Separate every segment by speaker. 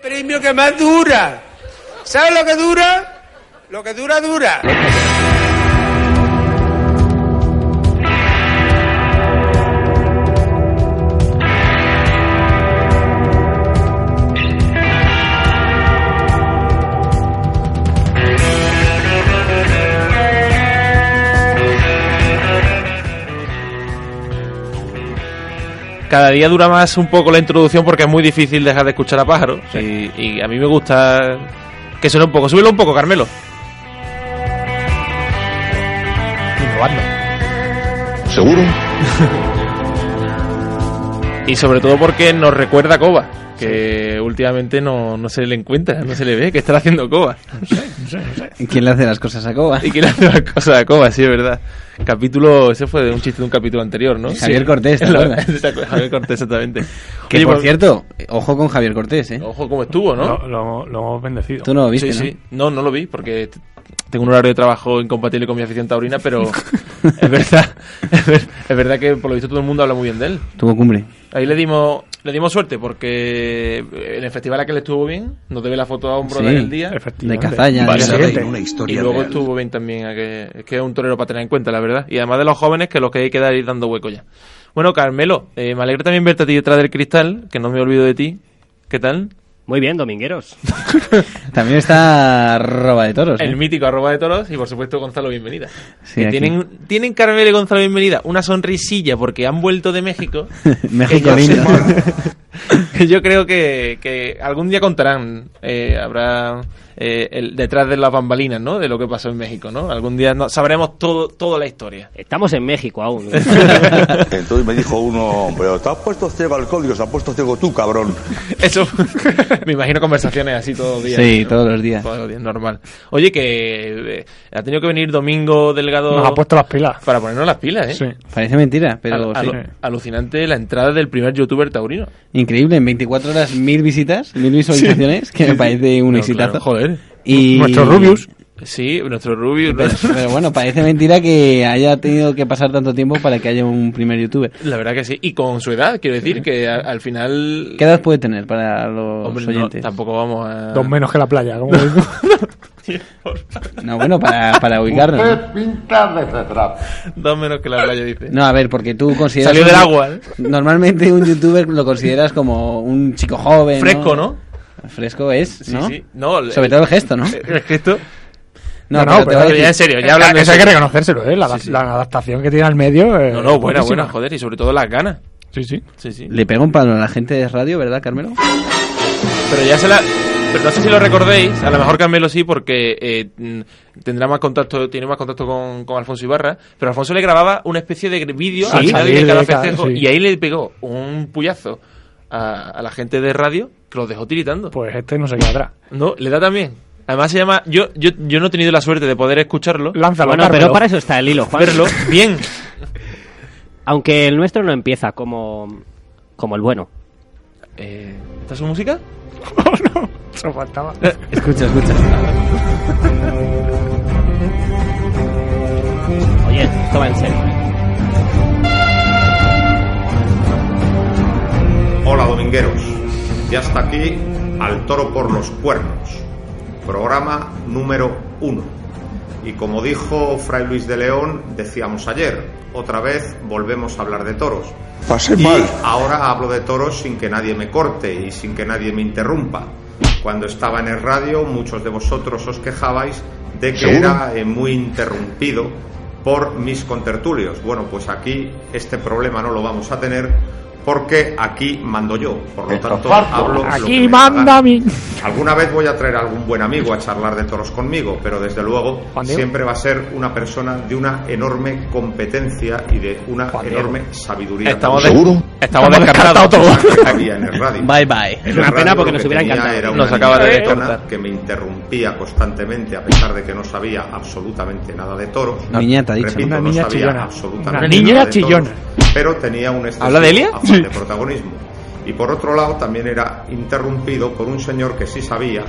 Speaker 1: premio que más dura. ¿Sabes lo que dura? Lo que dura, dura.
Speaker 2: Cada día dura más un poco la introducción porque es muy difícil dejar de escuchar a pájaros. Y, y a mí me gusta que suene un poco. Súbelo un poco, Carmelo.
Speaker 3: Innovando.
Speaker 4: ¿Seguro?
Speaker 2: Y sobre todo porque nos recuerda a Coba, que últimamente no, no se le encuentra, no se le ve que está haciendo Coba.
Speaker 5: ¿Quién le hace las cosas a Coba?
Speaker 2: Y que le hace las cosas a Coba, sí, es verdad. Capítulo, ese fue de un chiste de un capítulo anterior, ¿no?
Speaker 5: Javier
Speaker 2: Sí.
Speaker 5: Cortés, ¿te acuerdas?
Speaker 2: Javier Cortés, exactamente.
Speaker 5: Que
Speaker 2: Oye,
Speaker 5: por
Speaker 2: pues,
Speaker 5: cierto, ojo con Javier Cortés, ¿eh?
Speaker 2: Ojo cómo estuvo, ¿no?
Speaker 3: Lo, lo- lo hemos bendecido.
Speaker 5: Tú no lo viste,
Speaker 2: sí,
Speaker 5: ¿no?
Speaker 2: sí. No, no lo vi porque t- tengo un horario de trabajo incompatible con mi afición taurina, pero es verdad, es, ver- es verdad que por lo visto todo el mundo habla muy bien de él.
Speaker 5: Tuvo cumbre.
Speaker 2: Ahí le dimos, le dimos suerte porque en el festival aquel estuvo bien, nos debe la foto a un
Speaker 5: Sí.
Speaker 2: brother el día.
Speaker 5: De
Speaker 3: Efectivamente.
Speaker 2: Vale,
Speaker 5: Cazaña. de-
Speaker 3: Vale.
Speaker 4: Basada
Speaker 3: siguiente.
Speaker 4: en una
Speaker 2: Y
Speaker 4: historia
Speaker 2: luego
Speaker 4: real.
Speaker 2: estuvo bien también, a que, es que es un torero para tener en cuenta, la verdad. Y además de los jóvenes, que los que hay que dar ir dando hueco ya. Bueno, Carmelo, eh, me alegro también verte a ti detrás del cristal, que no me olvido de ti. ¿Qué tal?
Speaker 6: Muy bien, domingueros.
Speaker 5: También está Roba de Toros. ¿eh?
Speaker 2: El mítico arroba de toros y por supuesto Gonzalo Bienvenida.
Speaker 5: Sí,
Speaker 2: Que
Speaker 5: aquí.
Speaker 2: tienen, tienen Carmelo y Gonzalo Bienvenida una sonrisilla porque han vuelto de México.
Speaker 5: México
Speaker 2: Que yo-
Speaker 5: lindo.
Speaker 2: que yo creo que, que algún día contarán, eh, habrá eh, el, detrás de las bambalinas, ¿no? De lo que pasó en México, ¿no? Algún día no- sabremos todo, toda la historia.
Speaker 6: Estamos en México aún.
Speaker 4: Entonces me dijo uno, pero te has puesto ciego al código, te has puesto ciego tú, cabrón.
Speaker 2: Eso, me imagino conversaciones así todos los días.
Speaker 5: Sí,
Speaker 2: ¿no?
Speaker 5: todos los días.
Speaker 2: Todos los días, normal. Oye, que eh, ha tenido que venir Domingo Delgado
Speaker 3: Nos ha puesto las pilas.
Speaker 2: para ponernos las pilas, ¿eh?
Speaker 3: Sí.
Speaker 5: Parece mentira, pero
Speaker 2: Al-
Speaker 5: sí.
Speaker 2: alu- alucinante la entrada del primer youtuber taurino.
Speaker 5: Increíble, en 24 horas mil visitas, mil visualizaciones, que me parece un
Speaker 2: No,
Speaker 5: exitazo.
Speaker 2: claro, joder.
Speaker 5: Y...
Speaker 3: Nuestro Rubius.
Speaker 2: Sí, nuestro Rubius.
Speaker 5: Pero, pero bueno, parece mentira que haya tenido que pasar tanto tiempo para que haya un primer youtuber.
Speaker 2: La verdad que sí. Y con su edad, quiero decir, que a- al final.
Speaker 5: ¿Qué edad puede tener para los
Speaker 2: Hombre, no,
Speaker 5: oyentes?
Speaker 2: tampoco vamos a.
Speaker 3: Dos menos que la playa. como digo.
Speaker 5: No, bueno, para, para ubicarnos. ¿no?
Speaker 2: Dos menos que la playa, dice.
Speaker 5: No, a ver, porque tú consideras...
Speaker 2: Salió
Speaker 5: un-
Speaker 2: del agua. ¿eh?
Speaker 5: Normalmente un youtuber lo consideras como un chico joven.
Speaker 2: Fresco, ¿no?
Speaker 5: Fresco es,
Speaker 2: Sí,
Speaker 5: ¿no?
Speaker 2: sí. No, el-
Speaker 5: Sobre todo el gesto, ¿no?
Speaker 2: El gesto.
Speaker 3: No, no,
Speaker 5: te
Speaker 3: pero
Speaker 5: voy a
Speaker 2: Pero ya en
Speaker 5: decir-
Speaker 2: serio, ya hablando. en
Speaker 3: Eso hay que
Speaker 2: serio.
Speaker 3: reconocérselo, ¿eh? La,
Speaker 2: Sí, sí.
Speaker 3: la adaptación que tiene al medio. eh,
Speaker 2: No, no, buena,
Speaker 3: buenísima.
Speaker 2: buena, joder. Y sobre todo las ganas.
Speaker 3: Sí, sí.
Speaker 2: Sí, sí.
Speaker 5: Le pega un palo a la gente de radio, ¿verdad, Carmelo?
Speaker 2: Pero ya se la. Pero no sé si lo recordéis, a lo mejor Carmelo sí, porque eh, mm, tendrá más contacto, tiene más contacto con, con Alfonso Ibarra, pero Alfonso le grababa una especie de gr- vídeo
Speaker 3: Sí,
Speaker 2: al final
Speaker 3: salir
Speaker 2: de
Speaker 3: de
Speaker 2: cada
Speaker 3: cada-
Speaker 2: festejo
Speaker 3: sí.
Speaker 2: y ahí le pegó un puyazo a, a la gente de radio que los dejó tiritando.
Speaker 3: Pues este no se quedará.
Speaker 2: No, le da también. Además se llama. Yo, yo, yo no he tenido la suerte de poder escucharlo,
Speaker 3: Lánzalo,
Speaker 6: bueno,
Speaker 3: Carmelo.
Speaker 6: pero para eso está el hilo, Juan.
Speaker 2: verlo bien.
Speaker 6: Aunque el nuestro no empieza como, como el bueno.
Speaker 2: Eh, ¿Esta es su música?
Speaker 3: Eso pues, faltaba.
Speaker 2: Eh,
Speaker 5: Escucha, escucha.
Speaker 6: Oye, esto va en serio.
Speaker 7: Hola domingueros, y hasta aquí Al Toro por los Cuernos, programa número uno. Y como dijo Fray Luis de León, decíamos ayer, otra vez volvemos a hablar de toros.
Speaker 4: Pasé
Speaker 7: Y
Speaker 4: mal.
Speaker 7: ahora hablo de toros sin que nadie me corte y sin que nadie me interrumpa. Cuando estaba en el radio, muchos de vosotros os quejabais de que
Speaker 4: ¿Seguro?
Speaker 7: era eh, muy interrumpido por mis contertulios. Bueno, pues aquí este problema no lo vamos a tener porque aquí mando yo. Por lo tanto, hablo. lo
Speaker 2: pues,
Speaker 7: que
Speaker 3: Aquí
Speaker 7: me da la
Speaker 3: manda
Speaker 7: gana.
Speaker 3: mi.
Speaker 7: Alguna vez voy a traer a algún buen amigo a charlar de toros conmigo, pero desde luego
Speaker 3: Juan Diego.
Speaker 7: siempre va a ser una persona de una enorme competencia y de una
Speaker 3: Juan Diego.
Speaker 7: enorme sabiduría.
Speaker 2: Estamos,
Speaker 7: Seguro.
Speaker 4: ¿Seguro?
Speaker 2: estamos
Speaker 3: Estamos
Speaker 2: descartados.
Speaker 7: Una que había en el radio.
Speaker 5: Bye, bye.
Speaker 7: En
Speaker 6: una pena
Speaker 7: el radio
Speaker 6: porque
Speaker 7: lo
Speaker 6: nos
Speaker 7: que
Speaker 6: hubiera
Speaker 7: tenía
Speaker 6: encantado.
Speaker 7: era una
Speaker 2: Nos acaba de
Speaker 7: niña
Speaker 2: cortar.
Speaker 7: persona que me interrumpía constantemente a pesar de que no sabía absolutamente nada de toros.
Speaker 5: Una niñata, ha dicho,
Speaker 7: Repito,
Speaker 3: una
Speaker 7: no
Speaker 3: niña
Speaker 7: sabía
Speaker 3: chillona.
Speaker 7: absolutamente
Speaker 3: Una niña
Speaker 7: nada de
Speaker 3: chillona.
Speaker 7: toros, pero tenía un excesivo
Speaker 2: ¿Habla de Elia?
Speaker 7: afán de protagonismo. Y por otro lado también era interrumpido por un señor que sí sabía,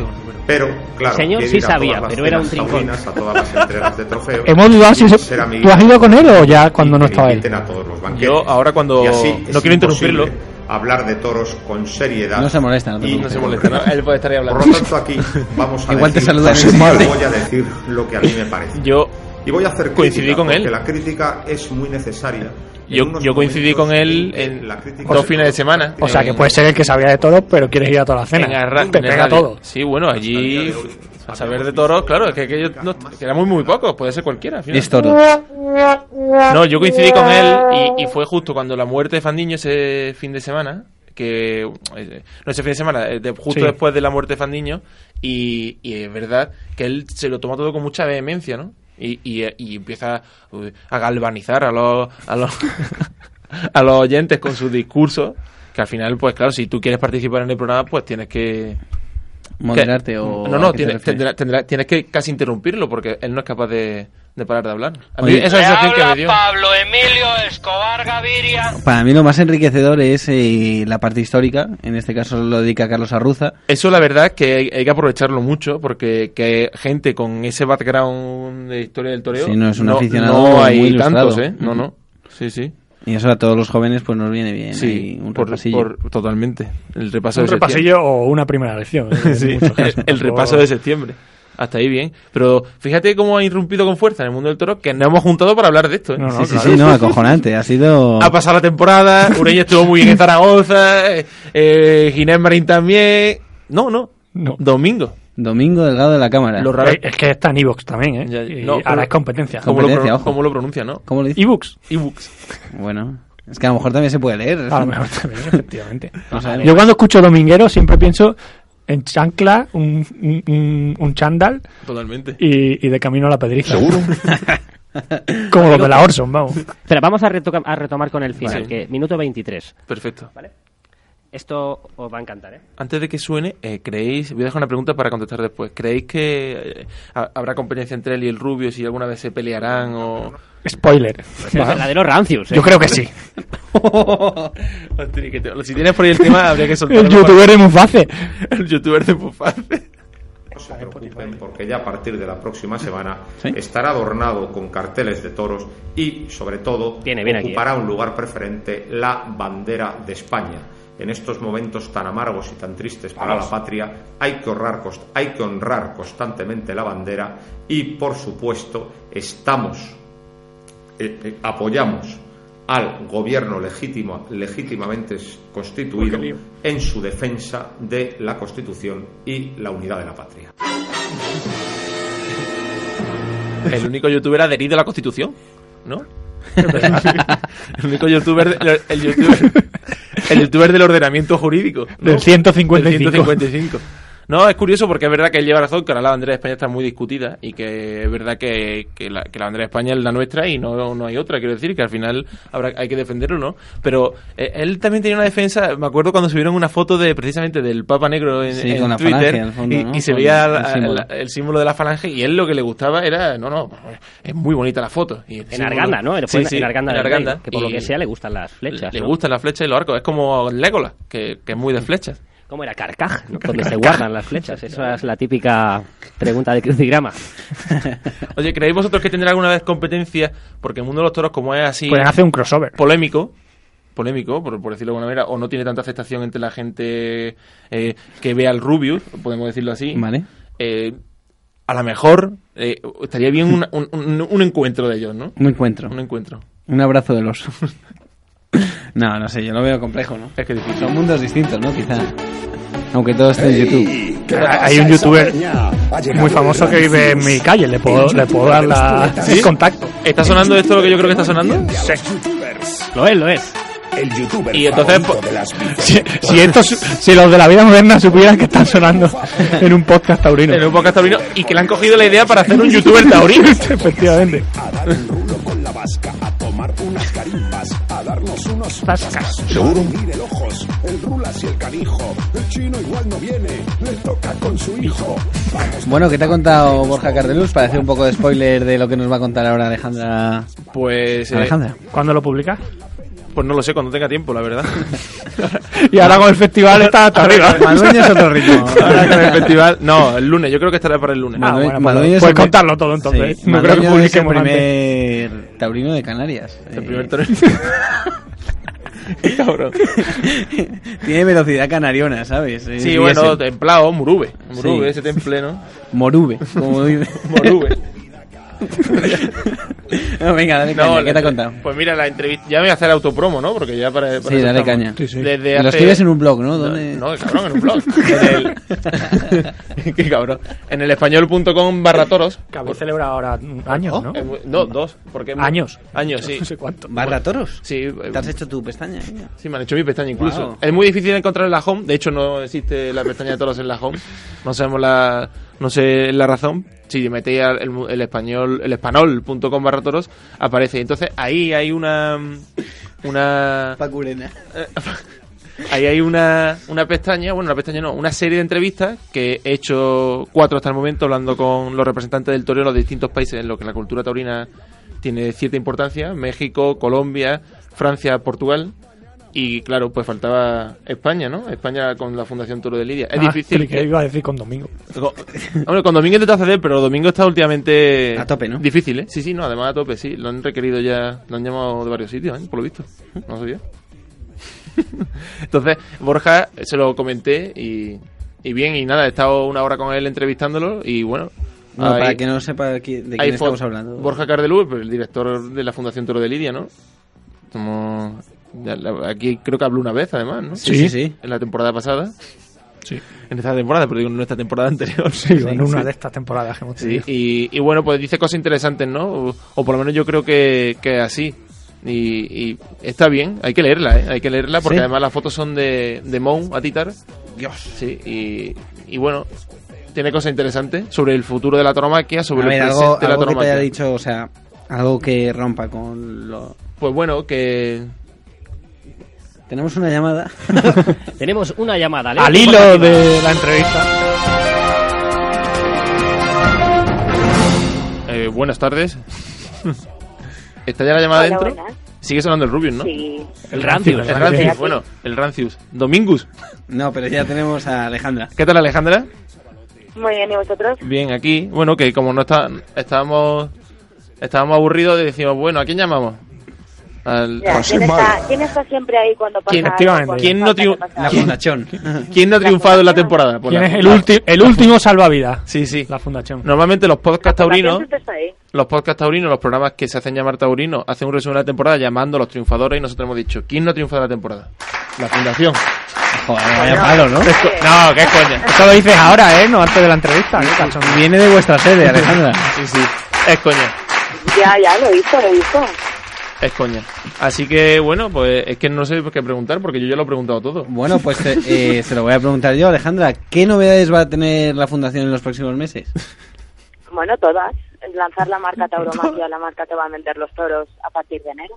Speaker 7: pero claro,
Speaker 6: señor
Speaker 7: quiere
Speaker 6: sí
Speaker 7: ir a todas
Speaker 6: sabía,
Speaker 7: las
Speaker 6: pero era un
Speaker 7: cenas
Speaker 6: rincón.
Speaker 7: taurinas, a todas las entregas de trofeos.
Speaker 3: Hemos dudado si
Speaker 7: y
Speaker 3: se-
Speaker 7: ser amigo
Speaker 3: tú has ido con él o ya
Speaker 7: y
Speaker 3: cuando no
Speaker 7: que
Speaker 3: estaba él.
Speaker 7: inviten a todos los banquetes.
Speaker 2: Yo ahora cuando
Speaker 7: Y así es
Speaker 2: no quiero
Speaker 7: imposible
Speaker 2: interrumpirlo,
Speaker 7: hablar de toros con seriedad.
Speaker 5: No se molesta, no te
Speaker 7: y
Speaker 5: preocupes.
Speaker 2: No se molesta, ¿no? Él puede estar ahí hablando.
Speaker 7: Por lo tanto, aquí vamos a
Speaker 5: Igual te
Speaker 7: decir,
Speaker 5: saluda en el
Speaker 4: siguiente.
Speaker 7: voy a decir lo que a mí me parece.
Speaker 2: Yo
Speaker 7: Y voy a hacer
Speaker 2: Coincidí
Speaker 7: crítica,
Speaker 2: con él.
Speaker 7: porque la crítica es muy necesaria. en
Speaker 2: Yo-
Speaker 7: unos
Speaker 2: yo coincidí
Speaker 7: momentos
Speaker 2: con él
Speaker 7: que
Speaker 2: en
Speaker 7: la crítica
Speaker 2: dos
Speaker 7: se
Speaker 2: fines de semana.
Speaker 3: O sea, que
Speaker 2: En-
Speaker 3: puede ser el que sabía de todo, pero quieres ir a toda la cena.
Speaker 2: en Arra-
Speaker 3: Te
Speaker 2: en
Speaker 3: pega
Speaker 2: Arradia.
Speaker 3: todo.
Speaker 2: Sí, bueno, allí a saber de toros, claro, es que aquello no, que éramos muy pocos, puede ser cualquiera. al final.
Speaker 5: Es toro.
Speaker 2: No, yo coincidí con él y, y fue justo cuando la muerte de Fandiño ese fin de semana, que eh, no ese fin de semana, eh, de- justo
Speaker 3: Sí.
Speaker 2: después de la muerte de Fandiño, y, y es verdad que él se lo toma todo con mucha vehemencia, ¿no? Y, y, eh, y empieza uh, a galvanizar a los, a los, a los oyentes con sus discursos, que al final, pues claro, si tú quieres participar en el programa, pues tienes que...
Speaker 5: Moderarte
Speaker 2: que-
Speaker 5: o.
Speaker 2: No,
Speaker 5: ¿a
Speaker 2: no,
Speaker 5: qué te
Speaker 2: tienes,
Speaker 5: refieres?
Speaker 2: tendrá- tendrá- tienes que casi interrumpirlo porque él no es capaz de, de parar de hablar. A mí
Speaker 5: Oye.
Speaker 2: esa
Speaker 8: Te
Speaker 2: es la
Speaker 6: Eh,
Speaker 2: sensación que me
Speaker 8: habla
Speaker 2: dio.
Speaker 8: Pablo Emilio Escobar Gaviria.
Speaker 5: Para mí lo más enriquecedor es eh, la parte histórica. En este caso lo dedica Carlos Arruza.
Speaker 2: Eso la verdad es que hay, hay que aprovecharlo mucho porque que gente con ese background de historia del toreo
Speaker 5: Sí, no, es un aficionado
Speaker 2: no
Speaker 5: muy
Speaker 2: hay
Speaker 5: ilustrado. Mm.
Speaker 2: tantos, ¿eh? No, no. Sí, sí.
Speaker 5: Y eso a todos los jóvenes pues nos viene bien.
Speaker 2: Sí,
Speaker 5: ahí un
Speaker 2: por-
Speaker 5: repasillo.
Speaker 2: por- totalmente. El repaso
Speaker 3: Un
Speaker 2: de septiembre.
Speaker 3: repasillo o una primera lección. ¿eh? en
Speaker 2: Sí,
Speaker 3: muchos casos.
Speaker 2: el, el repaso de septiembre. Hasta ahí bien. Pero fíjate cómo ha irrumpido con fuerza en el mundo del toro que nos hemos juntado para hablar de esto. ¿eh?
Speaker 3: No,
Speaker 5: Sí,
Speaker 3: no,
Speaker 5: sí,
Speaker 3: claro.
Speaker 5: sí, no, acojonante. Ha sido.
Speaker 2: Ha pasado la temporada, Ureña estuvo muy bien en Zaragoza, eh, eh, Ginés Marín también. No, no.
Speaker 3: No.
Speaker 2: Domingo.
Speaker 5: Domingo Delgado de la Cámara.
Speaker 2: Lo raro
Speaker 3: Es Eh, es que está en Evox también, ¿eh?
Speaker 2: Ya, ya.
Speaker 3: Y
Speaker 2: No, pero-
Speaker 3: ahora es competencia.
Speaker 5: Com-
Speaker 2: ¿Cómo lo,
Speaker 5: competencia,
Speaker 2: pro-
Speaker 5: ojo.
Speaker 2: cómo lo pronuncia, no?
Speaker 5: ¿Cómo lo dice?
Speaker 3: Ebooks.
Speaker 2: Ebooks.
Speaker 5: Bueno, es que a lo mejor también se puede leer.
Speaker 3: A lo mejor también, efectivamente.
Speaker 5: No sabemos.
Speaker 3: Yo cuando escucho dominguero siempre pienso en chancla, un, un- un, un chándal
Speaker 2: Totalmente.
Speaker 3: y, y de camino a la pedriza.
Speaker 4: ¿Seguro?
Speaker 3: Como los de la Orson, vamos.
Speaker 6: Espera, vamos a, retoca- a retomar con el final,
Speaker 2: Vale.
Speaker 6: que minuto 23.
Speaker 2: Perfecto.
Speaker 6: Esto os va a encantar, ¿eh?
Speaker 2: Antes de que suene, eh, ¿creéis? Voy a dejar una pregunta para contestar después. ¿Creéis que eh, ha- habrá competencia entre él y el Rubio si alguna vez se pelearán o.?
Speaker 3: Spoiler.
Speaker 6: Pues es
Speaker 3: Vale.
Speaker 6: la de los rancios, ¿eh?
Speaker 3: Yo creo que sí.
Speaker 2: Hostia, que te- si tienes por ahí el tema, habría que soltarlo.
Speaker 3: El youtuber es muy fácil.
Speaker 2: para- el youtuber de Puface.
Speaker 7: No se preocupen porque ya a partir de la próxima semana
Speaker 5: Sí.
Speaker 7: estará adornado con carteles de toros y, sobre todo,
Speaker 6: Viene bien aquí, ¿eh?
Speaker 7: ocupará un lugar preferente la bandera de España. En estos momentos tan amargos y tan tristes para la patria, hay que, honrar, cons- hay que honrar constantemente la bandera y, por supuesto, estamos eh, eh, apoyamos al gobierno legítimo, legítimamente constituido en su defensa de la Constitución y la unidad de la patria.
Speaker 2: El único youtuber adherido a la Constitución, ¿no? el único youtuber. de- el youtuber. El youtuber del ordenamiento jurídico. ¿no?
Speaker 3: Del 155.
Speaker 2: Del 155. No, es curioso porque es verdad que él lleva razón, que ahora la bandera de España está muy discutida y que es verdad que, que la, que la bandera de España es la nuestra y no, no hay otra. Quiero decir que al final habrá, hay que defenderlo, ¿no? Pero eh, él también tenía una defensa, me acuerdo cuando subieron una foto de precisamente del Papa Negro en,
Speaker 5: Sí,
Speaker 2: en
Speaker 5: con la
Speaker 2: Twitter
Speaker 5: falange al fondo,
Speaker 2: y,
Speaker 5: ¿no?
Speaker 2: y se
Speaker 5: Con
Speaker 2: veía
Speaker 5: el
Speaker 2: la- la- el,
Speaker 5: símbolo.
Speaker 2: símbolo. de la falange y él lo que le gustaba era, no, no, es muy bonita la foto. Y el
Speaker 6: En
Speaker 2: símbolo-
Speaker 6: Arganda, ¿no? Fue
Speaker 2: Sí,
Speaker 6: en-
Speaker 2: sí,
Speaker 6: en Arganda,
Speaker 2: en
Speaker 6: del
Speaker 2: Arganda.
Speaker 6: Rey, que por lo
Speaker 2: Y
Speaker 6: que sea le gustan las flechas.
Speaker 2: Le
Speaker 6: ¿no?
Speaker 2: gustan las flechas y los arcos, es como Legolas, que, que es muy de flechas.
Speaker 6: ¿Cómo era? Carcaj, ¿no? donde se guardan las flechas. Esa es la típica pregunta de crucigrama.
Speaker 2: Oye, ¿creéis vosotros que tendrá alguna vez competencia? Porque el mundo de los toros, como es así
Speaker 6: Pues,
Speaker 3: Pueden hacer Pues un crossover.
Speaker 2: Pues polémico, polémico, por, por decirlo de alguna manera, o no tiene tanta aceptación entre la gente eh, que ve al Rubius, podemos decirlo así.
Speaker 5: Vale.
Speaker 2: eh, a lo mejor eh, estaría bien una- un, un- un encuentro de ellos, ¿no?
Speaker 5: Un encuentro.
Speaker 2: Un encuentro.
Speaker 5: Un abrazo del oso. no, no sé, yo lo veo complejo, ¿no?
Speaker 2: Es que es difícil.
Speaker 5: Son mundos distintos, ¿no? Quizá. Aunque todo esté en YouTube.
Speaker 3: Hay un youtuber muy famoso que vive en mi calle. Le puedo, le puedo dar la, el contacto.
Speaker 2: ¿Está sonando esto lo que yo creo que está sonando?
Speaker 6: Lo es, lo es.
Speaker 9: El youtuber
Speaker 2: Y entonces,
Speaker 9: favorito
Speaker 2: po-
Speaker 9: de las bifes.
Speaker 3: Si, si estos, si los de la vida moderna supieran que están sonando en un podcast taurino.
Speaker 2: En un podcast taurino y que le han cogido la idea para hacer un youtuber taurino.
Speaker 3: Efectivamente.
Speaker 9: A dar un rulo con la vasca, a tomar unas carimbas, a darnos unos pascas.
Speaker 4: ¿Seguro?
Speaker 9: Mire el ojos, el rulas y el canijo. El chino igual no viene, le toca con su hijo. Vamos,
Speaker 5: Bueno, ¿qué te ha contado Borja Cardelus? Para hacer un poco de spoiler de lo que nos va a contar ahora Alejandra.
Speaker 2: Pues, eh,
Speaker 5: Alejandra.
Speaker 3: ¿Cuándo lo publicas?
Speaker 2: pues no lo sé cuando tenga tiempo, la verdad.
Speaker 3: Y ahora con el festival está hasta arriba.
Speaker 5: Madueño es otro ritmo.
Speaker 2: Ahora con el festival. No, el lunes, yo creo que estará para el lunes.
Speaker 3: Ah, bueno,
Speaker 5: Madueño
Speaker 3: pues
Speaker 5: es
Speaker 3: puedes
Speaker 5: el-
Speaker 3: contarlo todo entonces.
Speaker 5: Sí,
Speaker 3: No creo que
Speaker 5: Madueño es el
Speaker 3: publiquemos antes.
Speaker 5: Eh, primer taurino de Canarias.
Speaker 2: El
Speaker 5: Eh,
Speaker 2: primer torneo. Qué cabrón.
Speaker 5: Tiene velocidad canariona, ¿sabes? Es
Speaker 2: Sí, bueno,
Speaker 5: diésel.
Speaker 2: templado, murube. Murube,
Speaker 5: Sí.
Speaker 2: ese temple, ¿no?
Speaker 5: Morube, como vive.
Speaker 2: Murube.
Speaker 5: No, venga, dale caña, ¿qué te ha
Speaker 2: la-
Speaker 5: contado?
Speaker 2: Pues mira, la entrevista. Ya me voy a hacer autopromo, ¿no? Porque ya para. para
Speaker 5: Sí,
Speaker 2: eso
Speaker 5: dale
Speaker 2: estamos.
Speaker 5: caña. Sí,
Speaker 3: sí.
Speaker 2: Desde
Speaker 5: Lo
Speaker 2: hace-
Speaker 5: escribes en un blog, ¿no? ¿Dónde?
Speaker 2: No, no, cabrón, en un blog. En el... Qué cabrón. En el español.com barra toros.
Speaker 3: Que habéis celebrado ahora años, ¿no?
Speaker 2: Eh, No, dos. Porque
Speaker 3: Años.
Speaker 2: Años, sí.
Speaker 3: No sé cuánto.
Speaker 5: ¿Barra toros?
Speaker 2: Sí, eh,
Speaker 5: ¿Te has hecho tu pestaña? venga?
Speaker 2: sí, me han hecho mi pestaña incluso.
Speaker 5: Wow.
Speaker 2: Es muy difícil encontrar en la home. De hecho, no existe la pestaña de toros en la home. No sabemos la, no sé la razón. Si metéis al- el, mu- el español, el espanol.com barra toros, aparece. Entonces ahí hay una, una,
Speaker 5: Pacurena.
Speaker 2: Ahí hay una, una pestaña, bueno, una pestaña no, una serie de entrevistas que he hecho cuatro hasta el momento hablando con los representantes del toreo en los distintos países en los que la cultura taurina tiene cierta importancia, México, Colombia, Francia, Portugal y claro, pues faltaba España, ¿no? España con la Fundación Toro de Lidia. Es
Speaker 3: Ah,
Speaker 2: difícil.
Speaker 3: creí que iba a decir con Domingo.
Speaker 2: Con, hombre, con Domingo intentó hacer, pero Domingo está últimamente...
Speaker 5: A tope, ¿no?
Speaker 2: Difícil, ¿eh? Sí, sí, no, además a tope, sí. Lo han requerido ya, lo han llamado de varios sitios, ¿eh? por lo visto. No sabía. Entonces, Borja eh, se lo comenté y, y bien, y nada, he estado una hora con él entrevistándolo y bueno...
Speaker 5: No,
Speaker 2: hay-
Speaker 5: para que no sepa de qui- de
Speaker 2: hay
Speaker 5: quién estamos
Speaker 2: fo-
Speaker 5: hablando.
Speaker 2: Borja Cardelú, pues, el director de la Fundación Toro de Lidia, ¿no? Como... ya la- Aquí creo que habló una vez, además, ¿no?
Speaker 5: Sí, sí, sí.
Speaker 2: En la temporada pasada.
Speaker 3: Sí.
Speaker 2: En esta temporada, pero digo, en esta temporada anterior.
Speaker 3: Sí, en una de estas temporadas que hemos
Speaker 2: Sí,
Speaker 3: tenido.
Speaker 2: y, y bueno, pues dice cosas interesantes, ¿no? O, o por lo menos yo creo que, que así. Y, y está bien, hay que leerla, ¿eh? Hay que leerla porque
Speaker 5: Sí.
Speaker 2: además las fotos son de, de Mon, a Titar.
Speaker 5: Dios.
Speaker 2: Sí, y, y bueno, tiene cosas interesantes sobre el futuro de la toromaquia, sobre
Speaker 5: A ver,
Speaker 2: el presente
Speaker 5: algo,
Speaker 2: de la
Speaker 5: algo que te haya
Speaker 2: toromaquia.
Speaker 5: dicho, o sea, algo que rompa con lo...
Speaker 2: Pues bueno, que.
Speaker 5: Tenemos una llamada.
Speaker 6: Tenemos una llamada.
Speaker 3: Al hilo de la entrevista.
Speaker 2: eh, buenas tardes. ¿Está ya la llamada
Speaker 10: Hola,
Speaker 2: dentro?
Speaker 10: buenas.
Speaker 2: Sigue sonando el Rubius, ¿no?
Speaker 10: Sí.
Speaker 6: El Rancius.
Speaker 2: El Rancius, bueno, el Rancius. Domingus,
Speaker 5: No, pero ya tenemos a Alejandra.
Speaker 2: ¿qué tal Alejandra?
Speaker 10: Muy bien, ¿y vosotros?
Speaker 2: Bien, aquí, bueno, que como no está, estábamos, estábamos aburridos, decimos, bueno, ¿a quién llamamos? Al-
Speaker 10: Ya, ¿quién, está, quién está siempre ahí cuando pasa
Speaker 2: ¿Quién-
Speaker 10: algo?
Speaker 3: efectivamente.
Speaker 10: Cuando
Speaker 2: ¿Quién no
Speaker 10: pasa,
Speaker 2: triun-
Speaker 10: cuando
Speaker 5: La
Speaker 10: pasa algo.
Speaker 5: fundación.
Speaker 2: ¿Quién no ha triunfado en la temporada? Pues
Speaker 3: ¿Quién
Speaker 2: la-
Speaker 3: es el,
Speaker 2: la-
Speaker 3: ulti- el último salvavidas?
Speaker 2: Sí, sí.
Speaker 3: La fundación.
Speaker 2: Normalmente los podcast
Speaker 10: La fundación
Speaker 2: taurinos,
Speaker 10: siempre está ahí.
Speaker 2: los podcast taurinos, los programas que se hacen llamar taurinos, hacen un resumen de la temporada llamando a los triunfadores y nosotros hemos dicho, ¿quién no ha triunfado en la temporada? La fundación.
Speaker 5: Joder, vaya palo, ¿no?
Speaker 3: Es co- No, qué coña. Esto lo dices ahora, ¿eh? No antes de la entrevista. qué cachondo.
Speaker 5: Viene de vuestra sede, Alejandra.
Speaker 2: Sí, sí. Es coña.
Speaker 10: Ya, ya, lo he visto, lo he visto.
Speaker 2: Es coña. Así que, bueno, pues es que no sé qué preguntar porque yo ya lo he preguntado todo.
Speaker 5: Bueno, pues eh, eh, se lo voy a preguntar yo, Alejandra. ¿Qué novedades va a tener la fundación en los próximos meses?
Speaker 10: Bueno, todas. Lanzar la marca Tauromaquia, la marca que va a vender los toros a partir de enero.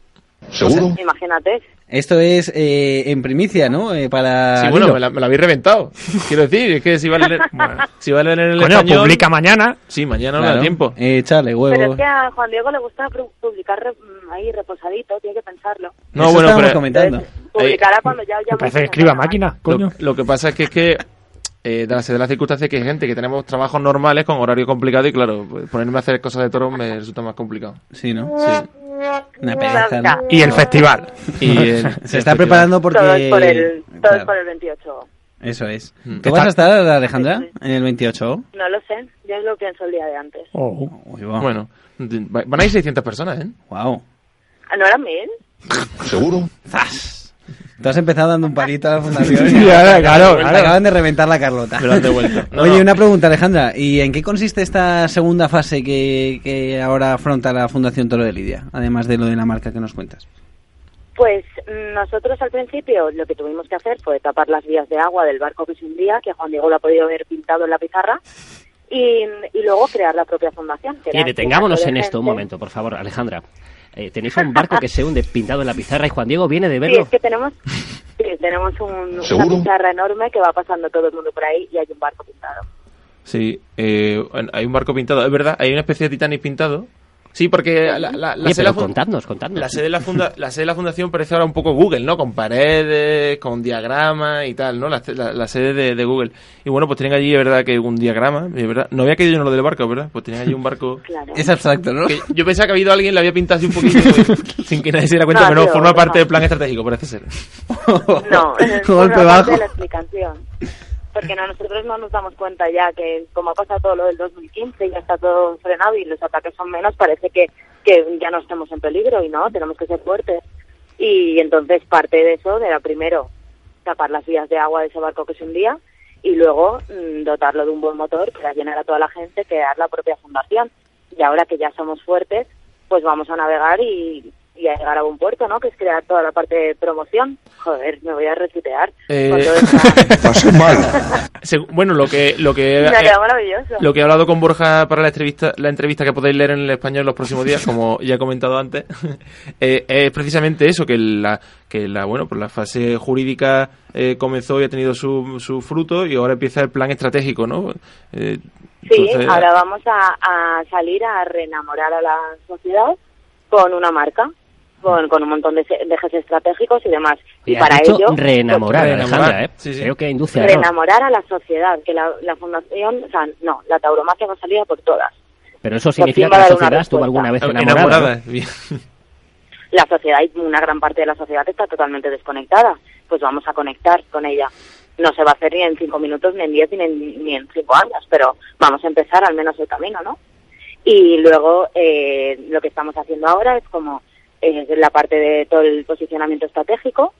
Speaker 4: ¿Seguro?
Speaker 10: Imagínate.
Speaker 5: Esto es eh, en primicia, ¿no? Eh, para
Speaker 2: Sí, bueno,
Speaker 5: Lilo.
Speaker 2: me la, me la habéis reventado. Quiero decir, es que si vale leer, si vale leer el
Speaker 3: Coño,
Speaker 2: español...
Speaker 3: publica mañana. Pues
Speaker 2: Sí, mañana no
Speaker 5: Claro.
Speaker 2: da tiempo.
Speaker 5: Eh, Échale
Speaker 10: Pero
Speaker 5: huevo.
Speaker 10: es que a Juan Diego le gusta pu- publicar re- mm, ahí reposadito, tiene que pensarlo.
Speaker 2: No,
Speaker 5: Eso
Speaker 2: bueno,
Speaker 5: estábamos
Speaker 2: pero-
Speaker 5: comentando.
Speaker 10: Entonces, Publicará cuando ya
Speaker 3: Que
Speaker 10: ya
Speaker 3: parece que escriba máquina,
Speaker 2: Lo,
Speaker 3: coño.
Speaker 2: lo que pasa es que es que eh, da- se da la circunstancia que hay gente que tenemos trabajos normales con horario complicado y claro, pues, ponerme a hacer cosas de toros me resulta más complicado.
Speaker 5: Sí, ¿no?
Speaker 2: Sí.
Speaker 5: Una pereza, ¿no?
Speaker 3: Y el festival.
Speaker 2: Y el-
Speaker 5: Se
Speaker 2: el
Speaker 5: está
Speaker 2: festival.
Speaker 5: preparando porque...
Speaker 10: Todos por el, todos
Speaker 5: Claro,
Speaker 10: por el 28.
Speaker 5: Eso es.
Speaker 2: Mm.
Speaker 5: ¿Tú vas a estar, Alejandra, en el 28?
Speaker 10: No lo sé, yo lo pienso el día de antes.
Speaker 3: Oh.
Speaker 5: Uy, wow.
Speaker 2: Bueno, va- van a ir 600 personas, ¿eh?
Speaker 5: Wow.
Speaker 10: Ah, ¿No eran mil?
Speaker 4: ¿Seguro?
Speaker 5: ¡Zas! Tú has empezado dando un palito a la fundación.
Speaker 3: Sí, ahora, claro,
Speaker 5: Te
Speaker 3: claro.
Speaker 5: acaban de reventar la Carlota.
Speaker 2: Pues Me lo han devuelto. No,
Speaker 5: Oye,
Speaker 2: no.
Speaker 5: una pregunta, Alejandra. ¿Y en qué consiste esta segunda fase que, que ahora afronta la Fundación Toro de Lidia? Además de lo de la marca que nos cuentas.
Speaker 10: Pues mm, nosotros al principio lo que tuvimos que hacer fue tapar las vías de agua del barco que se hundía, que Juan Diego lo ha podido ver pintado en la pizarra, y, y luego crear la propia fundación. que era
Speaker 6: Oye, detengámonos
Speaker 10: un
Speaker 6: en
Speaker 10: grupo de
Speaker 6: esto un
Speaker 10: gente.
Speaker 6: momento, por favor, Alejandra. Eh, tenéis un barco que se hunde pintado en la pizarra y Juan Diego viene de
Speaker 10: Sí,
Speaker 6: verlo.
Speaker 10: es que tenemos, sí, tenemos un- una
Speaker 4: ¿Seguro?
Speaker 10: pizarra enorme que va pasando todo el mundo por ahí y hay un barco pintado.
Speaker 2: Sí, eh, hay un barco pintado, es verdad, hay una especie de Titanic pintado. Sí, porque la, la, la
Speaker 6: Oye, pero
Speaker 2: fun-
Speaker 6: contadnos, contadnos.
Speaker 2: la sede, de la, funda- la sede de la fundación parece ahora un poco Google, ¿no? Con paredes, con diagramas y tal, ¿no? La, la- la sede de, de Google. Y bueno, pues tienen allí, de verdad, que un diagrama, de verdad. No había caído yo en lo del barco, ¿verdad? Pues tienen allí un barco...
Speaker 5: Es abstracto, ¿no?
Speaker 2: que yo pensaba que había ido alguien, le había pintado así un poquito, pues, sin que nadie se diera cuenta,
Speaker 10: No,
Speaker 2: pero no,
Speaker 10: tío,
Speaker 2: forma
Speaker 10: no.
Speaker 2: parte del plan estratégico, parece ser.
Speaker 10: No,
Speaker 5: Golpe
Speaker 10: forma parte
Speaker 5: bajo.
Speaker 10: de la explicación. Porque no, nosotros no nos damos cuenta ya que como ha pasado todo lo del 2015, ya está todo frenado y los ataques son menos, parece que, que ya no estamos en peligro y no, tenemos que ser fuertes. Y entonces parte de eso era primero tapar las vías de agua de ese barco que se hundía y luego mm, dotarlo de un buen motor para llenar a toda la gente, crear la propia fundación. Y ahora que ya somos fuertes, pues vamos a navegar y, y a llegar a un puerto, ¿no? Que es crear toda la parte de promoción. Joder, me voy a retuitear.
Speaker 2: Eh,
Speaker 10: con todo esta-
Speaker 2: Segu- bueno, lo que... Lo que
Speaker 10: Me ha
Speaker 2: eh,
Speaker 10: quedado maravilloso.
Speaker 2: Lo que he hablado con Borja para la entrevista, la entrevista que podéis leer en el español los próximos días, como ya he comentado antes, eh, es precisamente eso, que la, que la, bueno, pues la fase jurídica eh, comenzó y ha tenido su, su fruto y ahora empieza el plan estratégico, ¿no? Eh,
Speaker 10: Sí,
Speaker 2: entonces,
Speaker 10: ahora vamos a, a salir a reenamorar a la sociedad con una marca, con, con un montón de se- de ejes estratégicos y demás. Y,
Speaker 6: Oye, has
Speaker 10: para
Speaker 6: dicho
Speaker 10: ello...
Speaker 6: reenamorar,
Speaker 2: Reenamorar,
Speaker 6: Alejandra, ¿eh?
Speaker 2: sí, sí.
Speaker 6: Creo que induce a error.
Speaker 10: reenamorar a la sociedad, que la, la fundación, o sea, no, la tauromaquia va a salir a por todas.
Speaker 6: Pero eso
Speaker 10: Por fin
Speaker 6: significa
Speaker 10: va
Speaker 6: que
Speaker 10: a
Speaker 6: la
Speaker 10: dar una
Speaker 6: sociedad estuvo
Speaker 10: respuesta.
Speaker 6: alguna vez enamorada.
Speaker 2: enamorada.
Speaker 6: ¿no?
Speaker 2: bien.
Speaker 10: La sociedad, y una gran parte de la sociedad está totalmente desconectada, pues vamos a conectar con ella. No se va a hacer ni en cinco minutos, ni en diez, ni en, ni en cinco años, pero vamos a empezar al menos el camino, ¿no? Y luego eh, lo que estamos haciendo ahora es como eh, la parte de todo el posicionamiento estratégico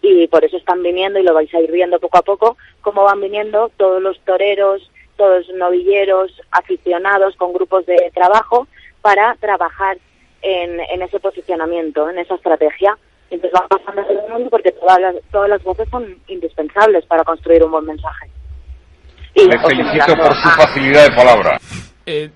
Speaker 10: y por eso están viniendo y lo vais a ir viendo poco a poco cómo van viniendo todos los toreros, todos los novilleros, aficionados con grupos de trabajo para trabajar en, en ese posicionamiento, en esa estrategia. Y Entonces van pasando en todo el mundo porque todas las, todas las voces son indispensables para construir un buen mensaje. Y Ah, os emplazo a-
Speaker 4: facilidad de palabra.
Speaker 2: Eh,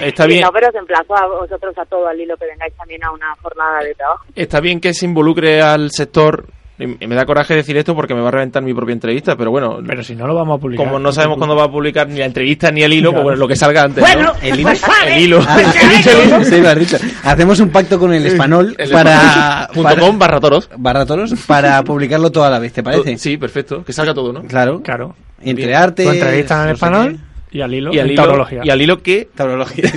Speaker 2: está
Speaker 10: Sí,
Speaker 2: bien.
Speaker 10: No, pero os emplazo a vosotros a todo al hilo que vengáis también a una jornada de trabajo.
Speaker 2: está bien que se involucre al sector. Y me da coraje decir esto porque me va a reventar mi propia entrevista, pero bueno,
Speaker 3: Pero si no lo vamos a publicar.
Speaker 2: como no sabemos cuándo va a publicar ni la entrevista ni el hilo, pues
Speaker 3: Claro.
Speaker 2: bueno, lo que salga antes. ¿no?
Speaker 8: Bueno,
Speaker 5: El
Speaker 8: pues
Speaker 5: hilo-
Speaker 8: vale.
Speaker 2: El hilo.
Speaker 5: Ah,
Speaker 2: ¿He dicho el hilo?
Speaker 5: Sí, lo has dicho. Hacemos un pacto con el español
Speaker 2: El
Speaker 5: para...
Speaker 2: punto
Speaker 5: para-
Speaker 2: com barra toros.
Speaker 5: barra toros para publicarlo toda la vez, ¿te parece?
Speaker 2: Sí, perfecto. Que salga todo, ¿no?
Speaker 5: Claro.
Speaker 3: Claro.
Speaker 5: Entre
Speaker 2: Bien.
Speaker 5: arte...
Speaker 3: Tú entrevistas en
Speaker 5: no sé
Speaker 3: español
Speaker 5: qué.
Speaker 3: y al hilo
Speaker 2: Y al,
Speaker 3: en
Speaker 2: hilo,
Speaker 3: taurología.
Speaker 2: y al hilo que...
Speaker 5: Taurología.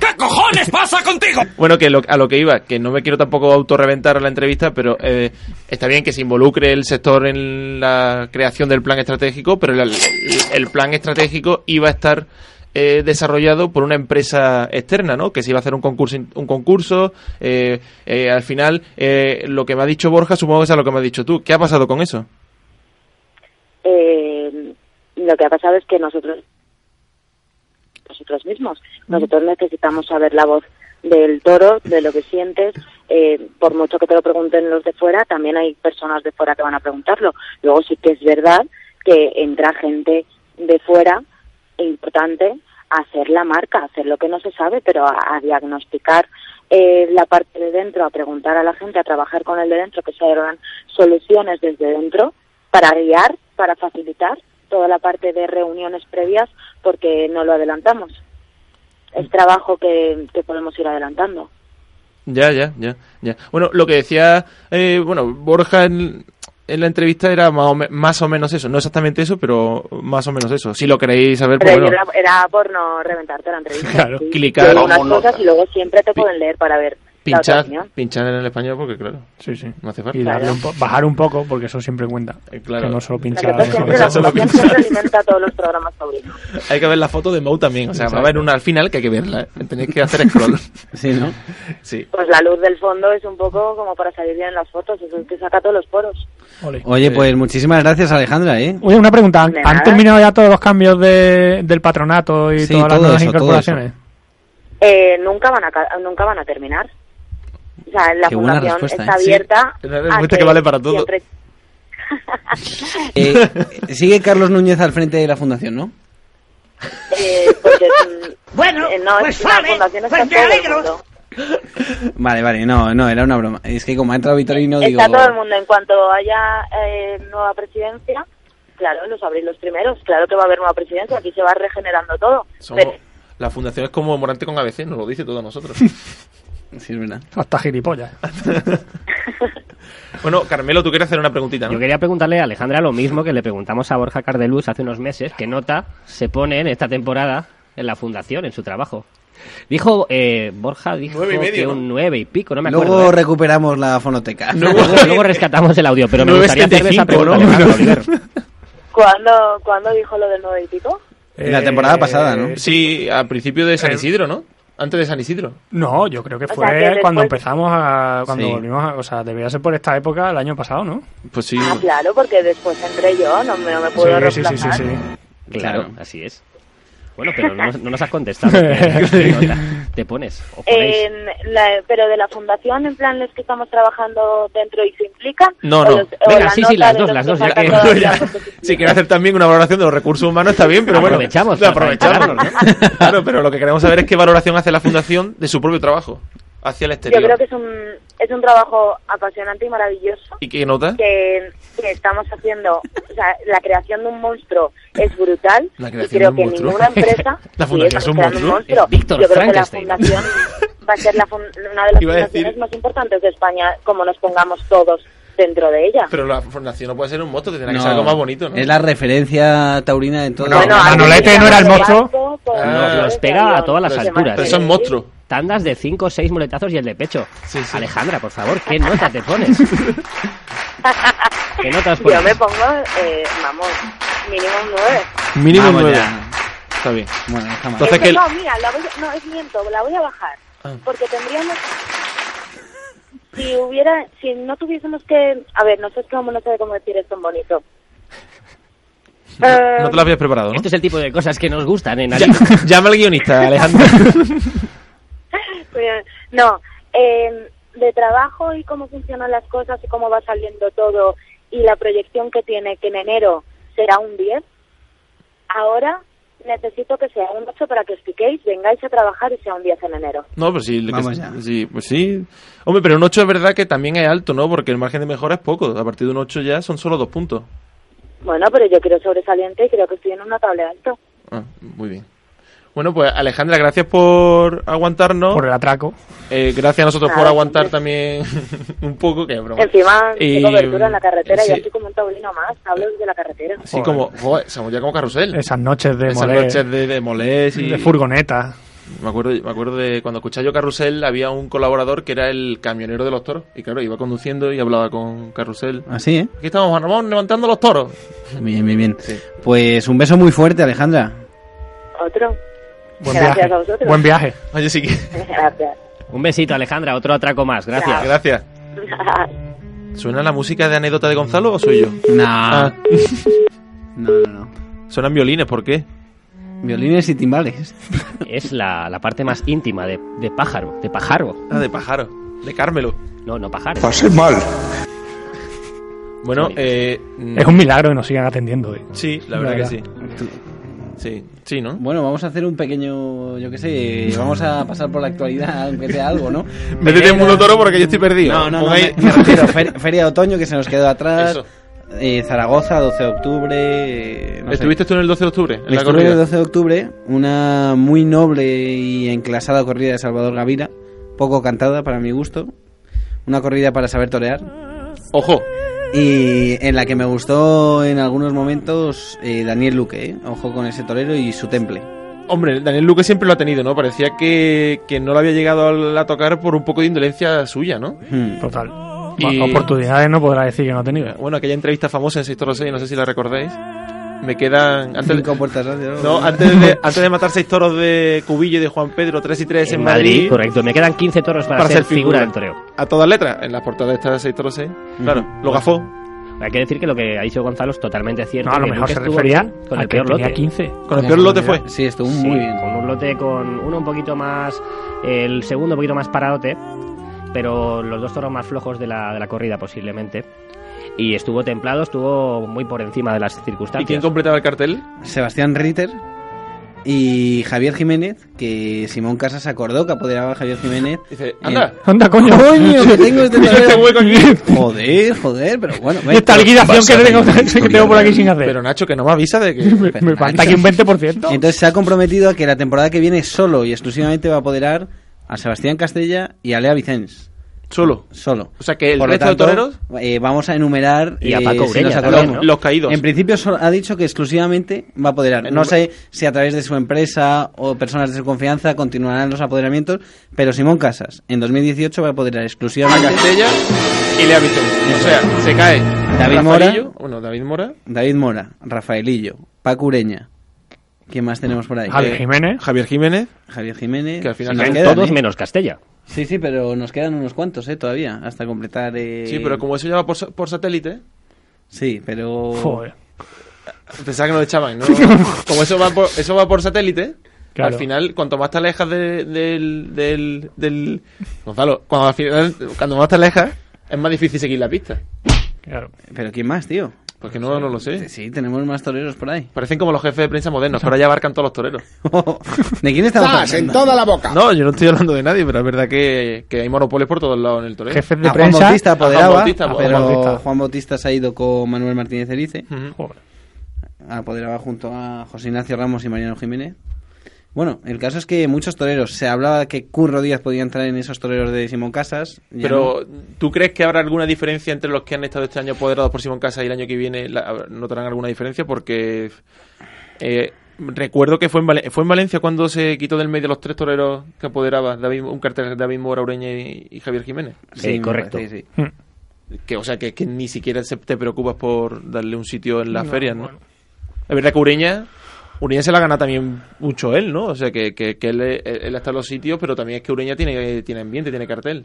Speaker 8: ¿Qué cojones pasa contigo?
Speaker 2: Bueno, que lo- a lo que iba, que no me quiero tampoco autorreventar la entrevista, pero eh, está bien que se involucre el sector en la creación del plan estratégico, pero el, el plan estratégico iba a estar eh, desarrollado por una empresa externa, ¿no? Que se iba a hacer un concurso, in- un concurso eh, eh, al final, eh, lo que me ha dicho Borja, supongo que es a lo que me has dicho tú. ¿Qué ha pasado con eso?
Speaker 10: eh, lo que ha pasado es que nosotros nosotros mismos
Speaker 2: Mm.
Speaker 10: nosotros necesitamos saber la voz del toro de lo que sientes eh, por mucho que te lo pregunten los de fuera también hay personas de fuera que van a preguntarlo luego sí que es verdad que entra gente de fuera importante a hacer la marca a hacer lo que no se sabe pero a, a diagnosticar eh, la parte de dentro a preguntar a la gente a trabajar con el de dentro que se hagan soluciones desde dentro para guiar, para facilitar toda la parte de reuniones previas porque no lo adelantamos. Es trabajo que, que podemos ir adelantando.
Speaker 2: Ya, ya, ya, ya. Bueno, lo que decía, eh, bueno, Borja en, en la entrevista era más o, me- más o menos eso. No exactamente eso, pero más o menos eso. Si lo queréis saber, pues
Speaker 10: Pero yo
Speaker 2: bueno.
Speaker 10: era, era por no reventarte la entrevista.
Speaker 3: Claro,
Speaker 10: sí.
Speaker 2: clicar.
Speaker 10: Yo digo unas
Speaker 7: Tomo
Speaker 10: cosas y luego siempre te pueden leer para ver la otra
Speaker 2: Pinchad,
Speaker 10: opinión.
Speaker 2: pinchad en el español porque, claro,
Speaker 3: Sí, sí.
Speaker 2: no hace
Speaker 3: Y
Speaker 2: falta.
Speaker 5: ¿eh?
Speaker 3: darle un po- bajar un poco, porque eso siempre cuenta.
Speaker 2: Eh, claro.
Speaker 3: Que no solo pinchar.
Speaker 10: Nosotros siempre, la
Speaker 2: Solo
Speaker 10: fundación
Speaker 2: pinchar.
Speaker 10: siempre alimenta todos los programas favoritos.
Speaker 2: Hay que ver la foto de Mou también. O sea, va a haber una al final que hay que verla. ¿eh? Tenéis que hacer scroll.
Speaker 5: Sí, ¿no?
Speaker 2: Sí.
Speaker 10: Pues la luz del fondo es un poco como para salir bien en las fotos, es el que saca todos los poros.
Speaker 3: Ole.
Speaker 5: Oye, pues muchísimas gracias, Alejandra, ¿eh?
Speaker 3: Oye, una pregunta. ¿Han,
Speaker 10: De
Speaker 3: han
Speaker 10: nada.
Speaker 3: terminado ya todos los cambios de, del patronato y
Speaker 5: Sí,
Speaker 3: todas las
Speaker 5: todo
Speaker 3: nuevas
Speaker 5: eso, todo
Speaker 3: incorporaciones?
Speaker 10: Eh, nunca van a ca- nunca van a terminar. O sea, la
Speaker 5: Qué buena
Speaker 10: fundación
Speaker 5: respuesta,
Speaker 10: está
Speaker 5: ¿eh?
Speaker 10: abierta.
Speaker 2: Sí, es una
Speaker 10: a
Speaker 2: respuesta que vale para todo.
Speaker 10: siempre-
Speaker 5: Eh, Sigue Carlos Núñez al frente de la fundación, ¿no?
Speaker 10: eh, pues es, mm,
Speaker 8: Bueno,
Speaker 10: eh, no,
Speaker 8: pues
Speaker 10: es una
Speaker 8: vale,
Speaker 10: fundación está
Speaker 8: pues me
Speaker 10: todo el
Speaker 8: alegro.
Speaker 10: mundo.
Speaker 5: Vale, vale, no, no, era una broma. Es que como ha entrado Vitorino, digo...
Speaker 10: Está todo el mundo. En cuanto haya eh, nueva presidencia, claro, los abrís los primeros. Claro que va a haber nueva presidencia. Aquí se va regenerando todo.
Speaker 2: Somos,
Speaker 10: Pero
Speaker 2: La fundación es como Morante con ABC, nos lo dice todo a nosotros.
Speaker 5: Sí, es verdad.
Speaker 3: Hasta gilipollas.
Speaker 2: bueno, Carmelo, tú quieres hacer una preguntita, ¿no?
Speaker 6: Yo quería preguntarle a Alejandra lo mismo que le preguntamos a Borja Cardeluz hace unos meses, qué nota se pone en esta temporada en la fundación, en su trabajo. Dijo, eh, Borja dijo
Speaker 2: Nueve y medio,
Speaker 6: que
Speaker 2: ¿no?
Speaker 6: un 9 y pico, no me acuerdo.
Speaker 5: Luego
Speaker 6: ¿eh?
Speaker 5: recuperamos la fonoteca.
Speaker 6: Luego, luego rescatamos el audio, pero me
Speaker 2: Nueve
Speaker 6: gustaría hacerle esa
Speaker 2: 75,
Speaker 6: pregunta.
Speaker 2: ¿no?
Speaker 6: Alejandro, primero.
Speaker 10: ¿Cuándo, ¿Cuándo dijo lo del nueve y pico?
Speaker 3: Eh,
Speaker 5: La temporada pasada, ¿no?
Speaker 2: Sí, al principio de San Isidro, ¿no? Antes de San Isidro.
Speaker 3: No, yo creo que
Speaker 10: sea,
Speaker 3: fue
Speaker 10: que después-
Speaker 3: cuando empezamos a. Cuando
Speaker 5: Sí.
Speaker 3: volvimos a. O sea, debería ser por esta época el año pasado, ¿no?
Speaker 2: Pues sí.
Speaker 10: Ah, claro, porque después entré yo, no me, no me puedo
Speaker 3: sí, sí, sí,
Speaker 10: reemplazar.
Speaker 3: sí, sí.
Speaker 6: Claro,
Speaker 5: Claro.
Speaker 6: así es. Bueno, pero no, nos- no nos has contestado. ¿Qué- qué nota te pones? ¿O ponéis?
Speaker 10: En la- pero de la fundación, en plan, los que estamos trabajando dentro y se implican.
Speaker 2: No,
Speaker 10: ¿O
Speaker 2: no.
Speaker 10: los- o
Speaker 6: Venga,
Speaker 10: la
Speaker 6: sí, sí,
Speaker 10: nota
Speaker 6: las
Speaker 10: de
Speaker 6: dos,
Speaker 10: los
Speaker 6: las
Speaker 10: que
Speaker 6: dos, ya
Speaker 10: faltan
Speaker 6: que-
Speaker 10: todavía
Speaker 2: Ya,
Speaker 10: porque sí.
Speaker 2: si quieres hacer también una valoración de los recursos humanos, está bien, pero bueno.
Speaker 6: Aprovechamos
Speaker 2: lo
Speaker 6: para
Speaker 2: aprovechamos, ¿no? Claro, pero lo que queremos saber es qué valoración hace la fundación de su propio trabajo hacia el
Speaker 10: Yo
Speaker 2: exterior.
Speaker 10: creo que es un, es un trabajo apasionante y maravilloso.
Speaker 2: ¿Y qué nota?
Speaker 10: que, que estamos haciendo, o sea, la creación de un monstruo es brutal
Speaker 2: La
Speaker 10: y
Speaker 2: creación
Speaker 10: creo
Speaker 2: de un
Speaker 10: que
Speaker 2: monstruo.
Speaker 10: ninguna empresa
Speaker 2: La fundación
Speaker 10: sí,
Speaker 2: es un
Speaker 10: creando
Speaker 2: monstruo.
Speaker 6: Es Víctor
Speaker 10: Yo creo que la
Speaker 6: Frankenstein.
Speaker 10: fundación va a ser la fun- una de las
Speaker 2: Iba a
Speaker 10: fundaciones
Speaker 2: decir-
Speaker 10: más importantes de España, como nos pongamos todos dentro de ella.
Speaker 2: Pero la fundación no puede ser un monstruo, tendrá que
Speaker 5: No,
Speaker 2: ser algo más bonito, ¿no?
Speaker 5: Es la referencia taurina de todo.
Speaker 3: No, Bueno,
Speaker 10: antes
Speaker 3: Manolete no era el monstruo.
Speaker 10: Vasco, con-
Speaker 2: Ah,
Speaker 6: los pega a todas las
Speaker 10: los
Speaker 6: alturas.
Speaker 2: Pero
Speaker 6: ¿eh?
Speaker 10: demás
Speaker 2: son monstruos.
Speaker 6: Tandas de 5 o 6 muletazos y el de pecho.
Speaker 2: Sí, sí.
Speaker 6: Alejandra, por favor, ¿qué nota te pones? ¿Qué notas
Speaker 10: Yo me
Speaker 6: pones?
Speaker 10: pongo, eh, vamos, mínimo un 9.
Speaker 2: Mínimo
Speaker 5: Vamos
Speaker 2: nueve.
Speaker 5: ya.
Speaker 2: Está bien. Pues-
Speaker 5: Bueno, deja más.
Speaker 2: Entonces que el-
Speaker 10: No, mira, la voy a- no, es miento, la voy a bajar.
Speaker 2: Ah.
Speaker 10: Porque tendríamos... Si hubiera, si no tuviésemos que... A ver, no sé cómo no sé cómo decir esto en bonito. Eh,
Speaker 2: No te lo habías preparado, ¿no?
Speaker 6: Este es el tipo de cosas que nos gustan ¿eh, en
Speaker 2: Ya-
Speaker 6: Alicia.
Speaker 2: Llama al guionista, Alejandro.
Speaker 10: eh, no, eh, de trabajo y cómo funcionan las cosas y cómo va saliendo todo y la proyección que tiene que en enero será un 10, ahora necesito que sea un 8 para que os piquéis, vengáis a trabajar y sea un 10 en enero.
Speaker 2: No, pero sí,
Speaker 5: Vamos
Speaker 2: que-
Speaker 5: ya.
Speaker 2: sí, pues sí. Hombre, pero un 8 es verdad que también es alto, ¿no? Porque el margen de mejora es poco. A partir de un 8 ya son solo dos puntos.
Speaker 10: Bueno, pero yo quiero sobresaliente y creo que estoy en una tabla alto.
Speaker 2: Ah, muy bien. Bueno, pues Alejandra, gracias por aguantarnos.
Speaker 3: Por el atraco.
Speaker 2: Eh, gracias a nosotros por
Speaker 10: Nada,
Speaker 2: aguantar
Speaker 10: hombre.
Speaker 2: también un poco, que es broma.
Speaker 10: Encima,
Speaker 2: Y,
Speaker 10: de cobertura en la carretera,
Speaker 2: sí.
Speaker 10: yo estoy como un taurino más, hablo de la carretera.
Speaker 2: Sí, como, joder, somos ya como carrusel.
Speaker 3: Esas noches de
Speaker 2: Esas
Speaker 3: moler,
Speaker 2: noches de, de molés y...
Speaker 3: de furgoneta.
Speaker 2: Me acuerdo, me acuerdo de cuando escuchaba yo Carrusel, había un colaborador que era el camionero de los toros. Y claro, iba conduciendo y hablaba con Carrusel.
Speaker 5: Así, ¿eh?
Speaker 2: Aquí estamos, Juan Ramón, levantando los toros.
Speaker 5: Bien, bien, bien. Pues un beso muy fuerte, Alejandra.
Speaker 10: Otro.
Speaker 3: Buen
Speaker 10: Gracias
Speaker 3: viaje.
Speaker 10: a vosotros.
Speaker 3: Buen viaje.
Speaker 2: Oye, sí que...
Speaker 10: Gracias.
Speaker 6: Un besito, Alejandra, otro atraco más. Gracias.
Speaker 2: Gracias. ¿Suena la música de anécdota de Gonzalo o soy yo?
Speaker 5: No.
Speaker 2: Ah,
Speaker 5: No, no, no.
Speaker 2: suenan violines, ¿por qué?
Speaker 5: Violines y timbales.
Speaker 6: Es la, la parte más íntima de, de pájaro. De pájaro.
Speaker 2: Ah, de pájaro, de Carmelo.
Speaker 6: No, no pájaro.
Speaker 9: Pasé mal.
Speaker 2: Bueno, eh... mm,
Speaker 3: Es un milagro que nos sigan atendiendo. eh.
Speaker 2: Sí, la verdad
Speaker 3: La
Speaker 2: que sí.
Speaker 3: verdad.
Speaker 2: Sí, sí, ¿no?
Speaker 5: Bueno, vamos a hacer un pequeño, yo qué sé, vamos a pasar por la actualidad, aunque sea algo, ¿no?
Speaker 2: Métete en Mundo Toro porque yo estoy perdido.
Speaker 5: No, no, no,
Speaker 2: Pon
Speaker 5: me,
Speaker 2: ahí-
Speaker 5: me refiero, fer- Feria de Otoño que se nos quedó atrás,
Speaker 2: Eso.
Speaker 5: eh, Zaragoza, 12 de octubre... eh, no sé.
Speaker 2: ¿Estuviste tú en el 12 de octubre? En la
Speaker 5: Estuve
Speaker 2: corrida.
Speaker 5: el 12 de octubre, una muy noble y enclasada corrida de Salvador Gavira, poco cantada para mi gusto, una corrida para saber torear,
Speaker 2: Ojo,
Speaker 5: y en la que me gustó en algunos momentos eh, Daniel Luque, eh, ojo con ese torero y su temple.
Speaker 2: Hombre, Daniel Luque siempre lo ha tenido, ¿no? Parecía que, que no lo había llegado al- a tocar por un poco de indolencia suya, ¿no?
Speaker 5: Hmm.
Speaker 3: Total.
Speaker 2: Y-
Speaker 3: Bueno, Oportunidades no podrá decir que no ha tenido.
Speaker 2: Bueno, aquella entrevista famosa en 6 Toros 6, no sé si la recordáis. Me quedan... Antes
Speaker 5: Cinco
Speaker 2: de,
Speaker 5: puertas hacia abajo.
Speaker 2: no, antes de, antes de matar 6 toros de Cubillo y de Juan Pedro, 3 y 3 en,
Speaker 6: En Madrid, correcto. Me quedan 15 toros para, ser, figura del toreo.
Speaker 2: A todas letras, en las portadas de estas 6 Toros 6. Claro, lo gafó.
Speaker 6: Hay que decir que lo que ha dicho Gonzalo es totalmente cierto.
Speaker 3: No, a lo
Speaker 6: que
Speaker 3: mejor
Speaker 6: Luque
Speaker 3: se
Speaker 6: estuvo
Speaker 3: refería
Speaker 6: con
Speaker 3: a
Speaker 6: el
Speaker 3: que
Speaker 6: peor
Speaker 3: tenía
Speaker 6: lote.
Speaker 3: 15.
Speaker 2: Con el peor lote fue.
Speaker 5: Sí, estuvo
Speaker 6: Sí,
Speaker 5: muy bien.
Speaker 6: Con un lote con uno un poquito más. El segundo un poquito más paradote. Pero los dos toros más flojos de la, de la corrida, posiblemente. Y estuvo templado, estuvo muy por encima de las
Speaker 2: ¿Y quién
Speaker 6: circunstancias.
Speaker 2: completaba el cartel?
Speaker 5: Sebastián Ritter Y Javier Jiménez, que Simón Casas acordó que apoderaba a Javier Jiménez.
Speaker 2: Dice,
Speaker 5: anda,
Speaker 3: anda, coño.
Speaker 5: Coño, que tengo este
Speaker 2: Mira este hueco aquí.
Speaker 5: Joder, joder, pero bueno.
Speaker 3: Y esta liquidación que tengo, que tengo por aquí sin hacer.
Speaker 2: Pero Nacho, que no me avisa de que...
Speaker 3: Me falta aquí un 20%.
Speaker 5: Entonces se ha comprometido a que la temporada que viene solo y exclusivamente va a apoderar a Sebastián Castella y a Lea Vicens.
Speaker 2: Solo.
Speaker 5: Solo.
Speaker 2: O sea, que el
Speaker 5: Por lo
Speaker 2: resto de toreros-
Speaker 5: eh, vamos a enumerar
Speaker 6: Y a
Speaker 5: eh,
Speaker 6: Paco
Speaker 5: si
Speaker 6: Ureña
Speaker 5: nos
Speaker 6: también,
Speaker 5: acordamos.
Speaker 2: ¿no? Los caídos.
Speaker 5: En principio solo- ha dicho que exclusivamente va a apoderar. No sé si a través de su empresa o personas de su confianza continuarán los apoderamientos, pero Simón Casas en 2018 va a apoderar
Speaker 2: A
Speaker 5: exclusivamente
Speaker 2: Castella y le Vicente. O sea, se cae.
Speaker 5: David
Speaker 2: Rafaelillo,
Speaker 5: Mora.
Speaker 2: Bueno, David Mora.
Speaker 5: David Mora, Rafaelillo, Paco Ureña. ¿Quién más tenemos por ahí?
Speaker 3: Javier
Speaker 5: Eh,
Speaker 3: Jiménez.
Speaker 2: Javier Jiménez.
Speaker 5: Javier Jiménez.
Speaker 2: Que al final
Speaker 5: Sí,
Speaker 2: son
Speaker 5: nos quedan,
Speaker 6: Todos
Speaker 5: ¿eh?
Speaker 6: menos Castella.
Speaker 5: Sí, sí, pero nos quedan unos cuantos eh, todavía hasta completar. eh,
Speaker 2: Sí, pero como eso ya va por, sa- por satélite,
Speaker 5: Sí, pero.
Speaker 3: Joder.
Speaker 2: pensaba que no lo echaban, ¿no? como eso va por, eso va por satélite,
Speaker 3: Claro.
Speaker 2: al final, cuanto más te alejas de- del, del, del... Gonzalo, cuando, al final, cuando más te alejas, es más difícil seguir la pista.
Speaker 3: Claro.
Speaker 5: Pero ¿quién más, tío?
Speaker 2: Porque no, no lo
Speaker 5: Sí,
Speaker 2: sé.
Speaker 5: tenemos más toreros por ahí.
Speaker 2: Parecen como los jefes de prensa modernos, que ahora ya abarcan todos los toreros.
Speaker 5: ¿De quién estamos
Speaker 9: ¡Zas! En
Speaker 5: hablando?
Speaker 9: toda la boca.
Speaker 2: No, yo no estoy hablando de nadie, pero es verdad que, que hay monopolios por todos lados en el toreo.
Speaker 3: Jefes de
Speaker 5: a Juan
Speaker 3: prensa.
Speaker 5: Bautista apoderaba,
Speaker 2: a Juan Bautista, a
Speaker 5: pero
Speaker 3: Juan Bautista.
Speaker 5: Juan Bautista se ha ido con Manuel Martínez Erice,
Speaker 2: Ujú.
Speaker 3: Joder.
Speaker 5: apoderaba junto a José Ignacio Ramos y Mariano Jiménez. Bueno, el caso es que muchos toreros, se hablaba que Curro Díaz podía entrar en esos toreros de Simón Casas, ya
Speaker 2: Pero, ¿tú crees que habrá alguna diferencia entre los que han estado este año apoderados por Simón Casa y el año que viene la- notarán alguna diferencia? Porque eh, recuerdo que fue en, Valen- fue en Valencia cuando se quitó del medio los tres toreros que apoderaba David, un cartel de David Mora, Ureña y, y Javier Jiménez.
Speaker 5: no.
Speaker 6: Eh,
Speaker 5: me
Speaker 6: correcto.
Speaker 5: parece que sí.
Speaker 2: Que, o sea, que, que ni siquiera se- te preocupas por darle un sitio en las ferias, ¿no? Es verdad que Ureña, Ureña se la gana también mucho él, ¿no? O sea, que, que, que él, él está en los sitios, pero también es que Ureña tiene, tiene ambiente, tiene cartel.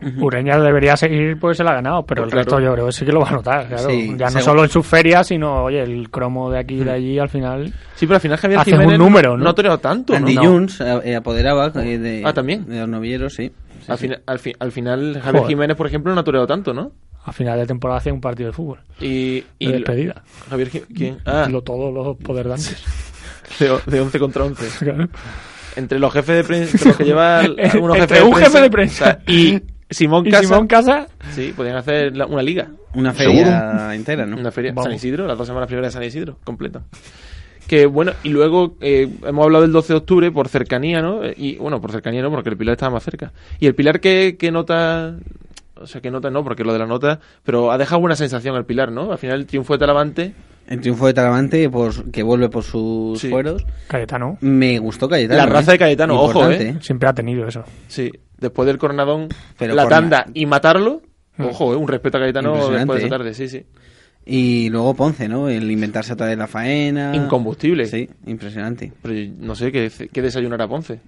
Speaker 3: Ureña debería seguir, pues se la ha ganado, pero el
Speaker 2: Claro.
Speaker 3: resto yo creo que sí que lo va a notar. Claro.
Speaker 5: Sí,
Speaker 3: ya no
Speaker 5: seguro.
Speaker 3: solo en sus ferias, sino, oye, el cromo de aquí y de allí al final.
Speaker 2: Sí, pero al final Javier
Speaker 3: Hacen un
Speaker 2: Jiménez
Speaker 3: número, ¿no?
Speaker 2: ha toreado tanto, ¿no?
Speaker 5: Andy
Speaker 2: No.
Speaker 5: Jones eh, apoderaba eh, de,
Speaker 2: Ah, ¿también?
Speaker 5: de los novilleros, sí. Sí,
Speaker 2: Al,
Speaker 5: sí.
Speaker 2: fina- al, fi- al final Javier
Speaker 3: Joder.
Speaker 2: Jiménez, por ejemplo, no ha toreado tanto, ¿no?
Speaker 3: A final de temporada hacía un partido de fútbol.
Speaker 2: Y,
Speaker 3: Y
Speaker 2: y
Speaker 3: despedida.
Speaker 2: Javier Ji- ¿quién? Ah,
Speaker 3: Lo, todos los poderdantes.
Speaker 2: de, o- de 11 contra 11.
Speaker 3: Claro.
Speaker 2: Entre los jefes de prensa, entre los que lleva el-
Speaker 3: Entre
Speaker 2: algunos jefes
Speaker 3: un jefe de
Speaker 2: o sea,
Speaker 3: prensa
Speaker 2: y Simón
Speaker 3: Y
Speaker 2: Casa.
Speaker 3: Simón Casa,
Speaker 2: Sí, podían hacer la- una liga,
Speaker 5: Una feria entera, ¿no?
Speaker 2: una feria
Speaker 3: Vamos.
Speaker 2: San Isidro, las dos semanas primeras de San Isidro, completa. Que bueno, y luego eh, hemos hablado del 12 de octubre por cercanía, ¿no? Eh, Y bueno, por cercanía no, porque el pilar estaba más cerca. Y el pilar que, que nota, o sea, que nota no, porque lo de la nota, pero ha dejado buena sensación el pilar, ¿no? Al final el triunfo de Talavante
Speaker 5: El triunfo de Talavante, por- que vuelve por sus
Speaker 2: Sí.
Speaker 5: fueros.
Speaker 3: Cayetano,
Speaker 5: Me gustó Cayetano.
Speaker 2: La raza de Cayetano, ojo,
Speaker 5: Importante,
Speaker 2: ¿eh?
Speaker 3: siempre ha tenido eso.
Speaker 2: Sí, después del Cornadón,
Speaker 5: Pero
Speaker 2: la
Speaker 5: corna-
Speaker 2: tanda y matarlo.
Speaker 3: Hmm.
Speaker 2: Ojo, eh, un respeto a Cayetano
Speaker 5: Impresionante,
Speaker 2: después de
Speaker 5: eh.
Speaker 2: esa tarde, sí, sí.
Speaker 5: Y luego Ponce, ¿no? El inventarse otra vez la faena.
Speaker 2: Incombustible.
Speaker 5: Sí, impresionante.
Speaker 2: Pero yo no sé qué, qué desayunará Ponce.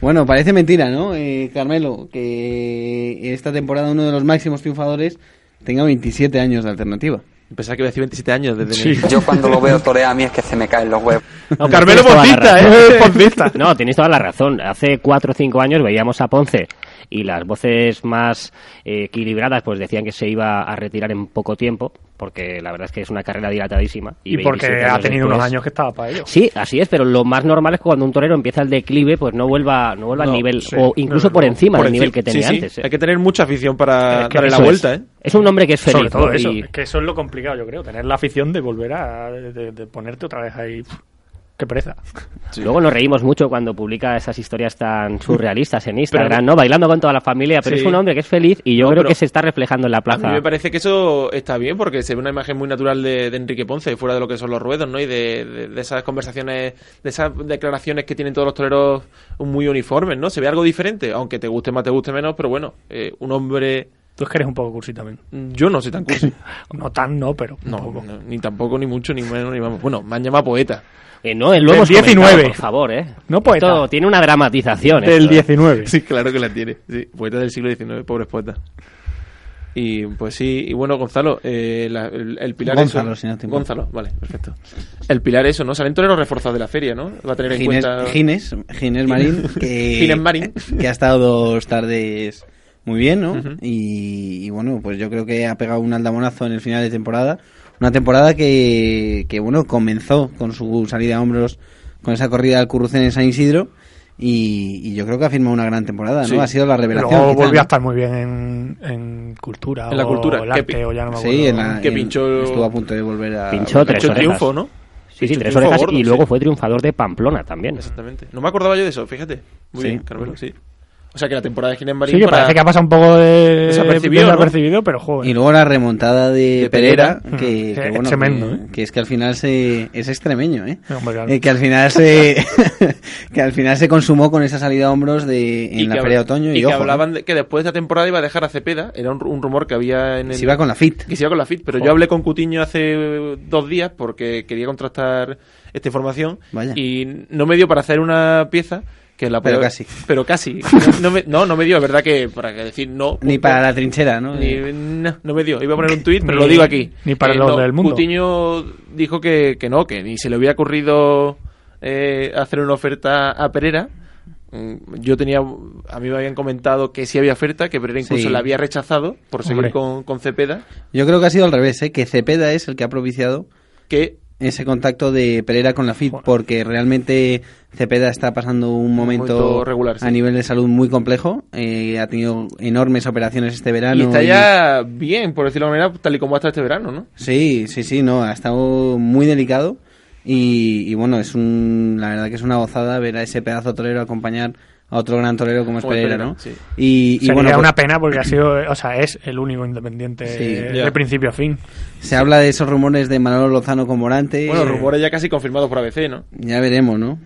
Speaker 5: bueno, parece mentira, ¿no? Eh, Carmelo, que esta temporada uno de los máximos triunfadores tenga 27 años de alternativa.
Speaker 2: Pensaba que iba a decir 27 años desde
Speaker 3: Sí.
Speaker 11: Yo cuando lo veo torear a mí es que se me caen los huevos.
Speaker 6: No,
Speaker 2: Carmelo
Speaker 6: tienes toda la
Speaker 2: Bautista,
Speaker 6: razón.
Speaker 2: ¿eh? Bautista.
Speaker 6: No, tenéis toda la razón. Hace cuatro o cinco años veíamos a Ponce y las voces más eh, equilibradas pues decían que se iba a retirar en poco tiempo, porque la verdad es que es una carrera dilatadísima.
Speaker 3: Y, porque
Speaker 6: 27
Speaker 3: ha tenido
Speaker 6: después-
Speaker 3: unos años que estaba para ello.
Speaker 6: Sí, así es, pero lo más normal es que cuando un torero empieza el declive, pues no vuelva, no vuelva
Speaker 2: No,
Speaker 6: al nivel,
Speaker 3: sí,
Speaker 6: o incluso
Speaker 3: no,
Speaker 6: por
Speaker 3: no,
Speaker 6: encima
Speaker 2: Por
Speaker 6: del nivel
Speaker 2: encima.
Speaker 6: que
Speaker 2: Sí,
Speaker 6: tenía
Speaker 2: sí.
Speaker 6: antes. ¿eh?
Speaker 2: Hay que tener mucha afición para
Speaker 3: Es que
Speaker 2: darle la
Speaker 3: eso
Speaker 2: vuelta,
Speaker 3: es.
Speaker 2: ¿eh?
Speaker 6: Es un hombre que es feliz.
Speaker 3: Sobre todo
Speaker 6: ¿no?
Speaker 3: eso.
Speaker 6: Y-
Speaker 3: es que eso es lo complicado, yo creo. Tener la afición de volver a. de, de ponerte otra vez ahí. Uf, Qué pereza.
Speaker 6: Luego nos reímos mucho cuando publica esas historias tan surrealistas en Instagram, ¿no? Bailando con toda la familia, pero
Speaker 2: Sí.
Speaker 6: es un hombre que es feliz y yo
Speaker 2: No,
Speaker 6: creo
Speaker 2: pero-
Speaker 6: que se está reflejando en la
Speaker 2: A mí
Speaker 6: plaza.
Speaker 2: me parece que eso está bien porque se ve una imagen muy natural de, de Enrique Ponce, fuera de lo que son los ruedos, ¿no? Y de, de- de esas conversaciones, de esas declaraciones que tienen todos los toreros muy uniformes, ¿no? Se ve algo diferente, aunque te guste más, te guste menos, pero bueno, eh, un hombre.
Speaker 3: Tú es que eres un poco cursi también.
Speaker 2: Yo no soy tan cursi.
Speaker 3: No tan, no, pero. un
Speaker 2: No,
Speaker 3: poco.
Speaker 2: no, ni tampoco, ni mucho, ni menos, ni vamos. Bueno, me han llamado poeta.
Speaker 6: Eh, no, el lobo
Speaker 3: Del 19.
Speaker 6: por favor, ¿eh?
Speaker 3: No, poeta.
Speaker 6: Esto tiene una dramatización.
Speaker 3: Del
Speaker 6: esto, ¿eh?
Speaker 3: 19.
Speaker 2: Sí, claro que la tiene. Sí, poeta del siglo XIX, pobres poetas. Y pues sí, y bueno, Gonzalo, eh, la- el, el pilar
Speaker 5: Gonzalo,
Speaker 2: eso.
Speaker 5: si no te importa.
Speaker 2: Gonzalo, vale, perfecto. El pilar eso, ¿no? Salen toreros reforzados de la feria, ¿no? Va a tener en
Speaker 5: Ginés,
Speaker 2: cuenta.
Speaker 5: Ginés, Ginés Marín, que,
Speaker 2: Ginés Marín.
Speaker 5: que ha estado dos tardes muy bien, ¿no? y, y bueno, pues yo creo que ha pegado un aldabonazo en el final de temporada. Una temporada que, que bueno, comenzó con su salida a hombros con esa corrida al Currucén en San Isidro. Y, y yo creo que ha firmado una gran temporada, ¿no?
Speaker 3: Sí.
Speaker 5: Ha sido la revelación.
Speaker 3: Luego
Speaker 5: quizá,
Speaker 3: volvió
Speaker 5: ¿no?
Speaker 3: a estar muy bien en, en cultura.
Speaker 2: En la
Speaker 3: o
Speaker 2: cultura,
Speaker 3: el
Speaker 2: que
Speaker 3: arte,
Speaker 2: pi-
Speaker 3: o ya no me
Speaker 5: Sí,
Speaker 3: acuerdo.
Speaker 5: en la-
Speaker 2: que
Speaker 5: en-
Speaker 2: pinchó-
Speaker 5: estuvo a punto de volver a.
Speaker 6: Pinchó tres
Speaker 2: Pinchó
Speaker 6: orejas.
Speaker 2: triunfo, ¿no?
Speaker 6: Sí, sí,
Speaker 2: Pinchó
Speaker 6: tres
Speaker 2: triunfo
Speaker 6: orejas
Speaker 2: gordo,
Speaker 6: y luego
Speaker 2: sí.
Speaker 6: fue triunfador de Pamplona también.
Speaker 2: Exactamente. No me acordaba yo de eso, fíjate. Muy
Speaker 6: Sí.
Speaker 2: bien, Carmelo, sí. O sea que la temporada de Ginemarín
Speaker 3: Sí, que parece que ha pasado un poco de
Speaker 2: Desapercibido,
Speaker 3: de
Speaker 2: ¿no?
Speaker 3: desapercibido, pero joder.
Speaker 5: Y luego la remontada de,
Speaker 2: De Pereira.
Speaker 5: Pereira, que,
Speaker 3: Ujú.
Speaker 5: que
Speaker 3: Es
Speaker 5: bueno,
Speaker 3: tremendo,
Speaker 5: que,
Speaker 3: ¿eh?
Speaker 5: que es que al final se es extremeño, ¿eh?
Speaker 3: Hombre, claro.
Speaker 5: Eh, que al final se que al final se consumó con esa salida a hombros de en la
Speaker 2: que
Speaker 5: feria de
Speaker 2: habla-
Speaker 5: otoño y,
Speaker 2: y que
Speaker 5: ojo,
Speaker 2: hablaban de que después de esta temporada iba a dejar a Cepeda. Era un, un rumor que había en
Speaker 5: ¿no?
Speaker 2: el.
Speaker 5: se iba ¿eh? con la fit.
Speaker 2: Que se iba con la FIT, pero
Speaker 5: Joder.
Speaker 2: yo hablé con Cutiño hace dos días porque quería contrastar esta información
Speaker 5: Vaya.
Speaker 2: y no me dio para hacer una pieza que la
Speaker 5: Pero
Speaker 2: podía-
Speaker 5: casi.
Speaker 2: Pero casi. No, no me, no, no me dio, es verdad que para que decir no.
Speaker 5: Ni
Speaker 2: punto.
Speaker 5: para la trinchera, ¿no? Eh,
Speaker 2: Ni- no, no me dio. Iba a poner un tuit, pero
Speaker 3: Ni-
Speaker 2: lo digo aquí. Eh,
Speaker 3: ni para los del mundo.
Speaker 2: Cutiño dijo que, que no, que ni se le hubiera ocurrido eh, hacer una oferta a Pereira. Mm, Yo tenía. A mí me habían comentado que sí había oferta, que Pereira incluso
Speaker 5: Sí.
Speaker 2: la había rechazado por
Speaker 3: Hombre.
Speaker 2: seguir con, con Cepeda.
Speaker 5: Yo creo que ha sido al revés, ¿eh? que Cepeda es el que ha propiciado
Speaker 2: Que
Speaker 5: ese contacto de Pereira con la FIT, porque realmente Cepeda está pasando un momento,
Speaker 2: momento regular, sí.
Speaker 5: a nivel de salud muy complejo. eh, ha tenido enormes operaciones este verano.
Speaker 2: Y está
Speaker 5: y-
Speaker 2: ya bien, por decirlo de alguna manera, tal y como ha estado este verano, ¿no?
Speaker 5: Sí, sí, sí, no, ha estado muy delicado y, y bueno, es un, la verdad que es una gozada ver a ese pedazo torero acompañar a otro gran torero como es
Speaker 2: Como el
Speaker 5: Pereira,
Speaker 2: Pereira,
Speaker 5: ¿no?
Speaker 2: sí.
Speaker 5: Y, y
Speaker 3: Sería
Speaker 5: bueno, pues,
Speaker 3: una pena porque ha sido, o sea, es el único independiente
Speaker 5: Sí,
Speaker 3: de
Speaker 2: ya.
Speaker 3: principio a fin.
Speaker 5: se habla de esos rumores de Manolo Lozano con Morante,
Speaker 2: Bueno, rumores ya casi confirmados por ABC, ¿no?
Speaker 5: ya veremos, ¿no?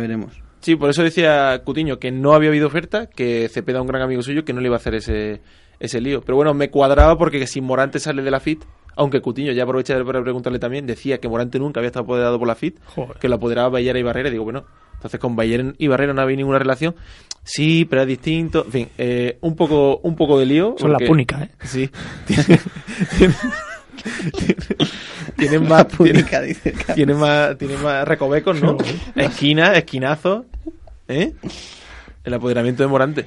Speaker 5: veremos.
Speaker 2: Sí, por eso decía Cutiño que no había habido oferta, que Cepeda, un gran amigo suyo, que no le iba a hacer ese, ese lío. Pero bueno, me cuadraba porque si Morante sale de la FIT, aunque Cutiño, ya aproveché para preguntarle también, decía que Morante nunca había estado apoderado por la FIT,
Speaker 3: Joder.
Speaker 2: que lo apoderaba Ballera y Barrera. Y digo, bueno, entonces con Ballera y Barrera no había ninguna relación. Sí, pero es distinto. En fin, eh, un, poco, un poco de lío.
Speaker 3: Son
Speaker 2: porque-
Speaker 3: la púnica, ¿eh?
Speaker 2: Sí. Tienen- tienen- Tienen más, tienen,
Speaker 5: Pública, dice el Carlos.
Speaker 2: tiene más, tiene más recovecos, ¿no? Esquina, esquinazo. ¿Eh? El apoderamiento de Morante.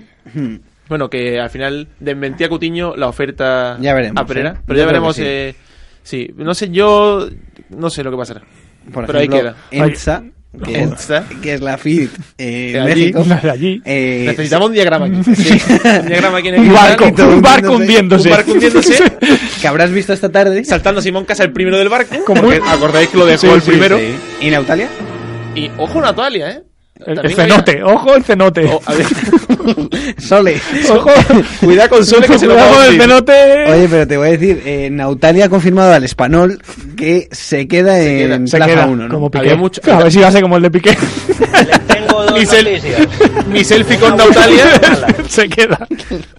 Speaker 2: Bueno, que al final desmentía Cutiño la oferta
Speaker 5: Ya veremos,
Speaker 2: a Pereira.
Speaker 5: ¿eh?
Speaker 2: Pero
Speaker 5: Yo
Speaker 2: ya
Speaker 5: creo
Speaker 2: veremos.
Speaker 5: que sí.
Speaker 2: eh, Sí. no sé, yo no sé lo que pasará.
Speaker 5: Por
Speaker 2: Pero ahí
Speaker 5: ejemplo,
Speaker 2: queda.
Speaker 5: ENSA, que, es,
Speaker 2: Enza.
Speaker 5: que es la FIT eh, en
Speaker 2: De allí,
Speaker 5: México.
Speaker 3: la de allí.
Speaker 5: eh,
Speaker 2: Necesitamos un diagrama aquí. Un diagrama aquí en el
Speaker 3: Un barco,
Speaker 2: Instagram.
Speaker 3: un barco
Speaker 5: hundiéndose.
Speaker 3: hundiéndose.
Speaker 2: Un barco hundiéndose,
Speaker 5: que habrás visto esta tarde.
Speaker 2: saltando Simón Casa el primero del barco.
Speaker 3: Como
Speaker 2: porque
Speaker 3: un-
Speaker 2: acordáis que lo dejó
Speaker 3: Sí,
Speaker 2: el
Speaker 3: sí,
Speaker 2: primero.
Speaker 3: sí.
Speaker 5: ¿Y Nautalia?
Speaker 2: Y ojo Natalia, ¿eh?
Speaker 3: El, el
Speaker 2: También había-
Speaker 3: cenote, ojo el cenote.
Speaker 2: Oh, a ver,
Speaker 5: Sole.
Speaker 3: Ojo,
Speaker 2: cuidado con Sole que se nos va a
Speaker 3: cuidado con el
Speaker 2: hundir.
Speaker 3: cenote.
Speaker 5: Oye, pero te voy a decir, eh, Nautalia ha confirmado al español que se queda
Speaker 2: queda,
Speaker 5: en
Speaker 3: se
Speaker 5: Plaza
Speaker 3: queda
Speaker 5: 1, ¿no?
Speaker 3: como Piqué.
Speaker 2: Había mucho-
Speaker 3: a ver si va a ser como el de Piqué.
Speaker 12: Tengo dos
Speaker 2: Mi, sel-
Speaker 12: noticias.
Speaker 2: mi selfie con Nautalia.
Speaker 3: se queda.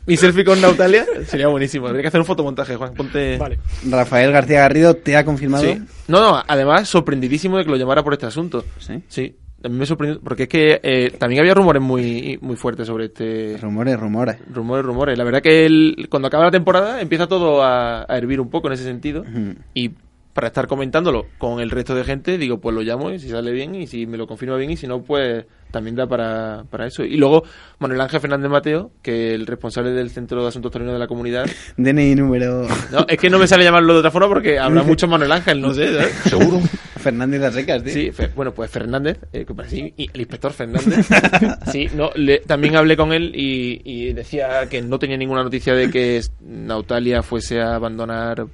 Speaker 2: Mi selfie con Nautalia sería buenísimo. Habría que hacer un fotomontaje, Juan. Ponte.
Speaker 3: Vale.
Speaker 5: Rafael García Garrido te ha confirmado.
Speaker 2: Sí. No, no, además, sorprendidísimo de que lo llamara por este asunto.
Speaker 5: Sí.
Speaker 2: A mí me sorprendió. Porque es que eh, también había rumores muy, muy fuertes sobre este.
Speaker 5: Rumores, rumores.
Speaker 2: Rumores, rumores. La verdad que el- cuando acaba la temporada empieza todo a, a hervir un poco en ese sentido.
Speaker 5: Ujú.
Speaker 2: Y para estar comentándolo con el resto de gente, digo, pues lo llamo y si sale bien y si me lo confirma bien y si no, pues también da para, para eso. Y luego Manuel Ángel Fernández Mateo, que el responsable del Centro de Asuntos Torinos de la Comunidad.
Speaker 5: DNI número
Speaker 2: No, es que no me sale llamarlo de otra forma porque habla mucho Manuel Ángel, no sé. ¿sabes?
Speaker 4: ¿Seguro?
Speaker 5: Fernández Las Recas, tío.
Speaker 2: Sí, Fer- bueno, pues Fernández, eh, que para sí, y el inspector Fernández. Sí, no, le- también hablé con él y, y decía que no tenía ninguna noticia de que es- Nautalia fuese a abandonar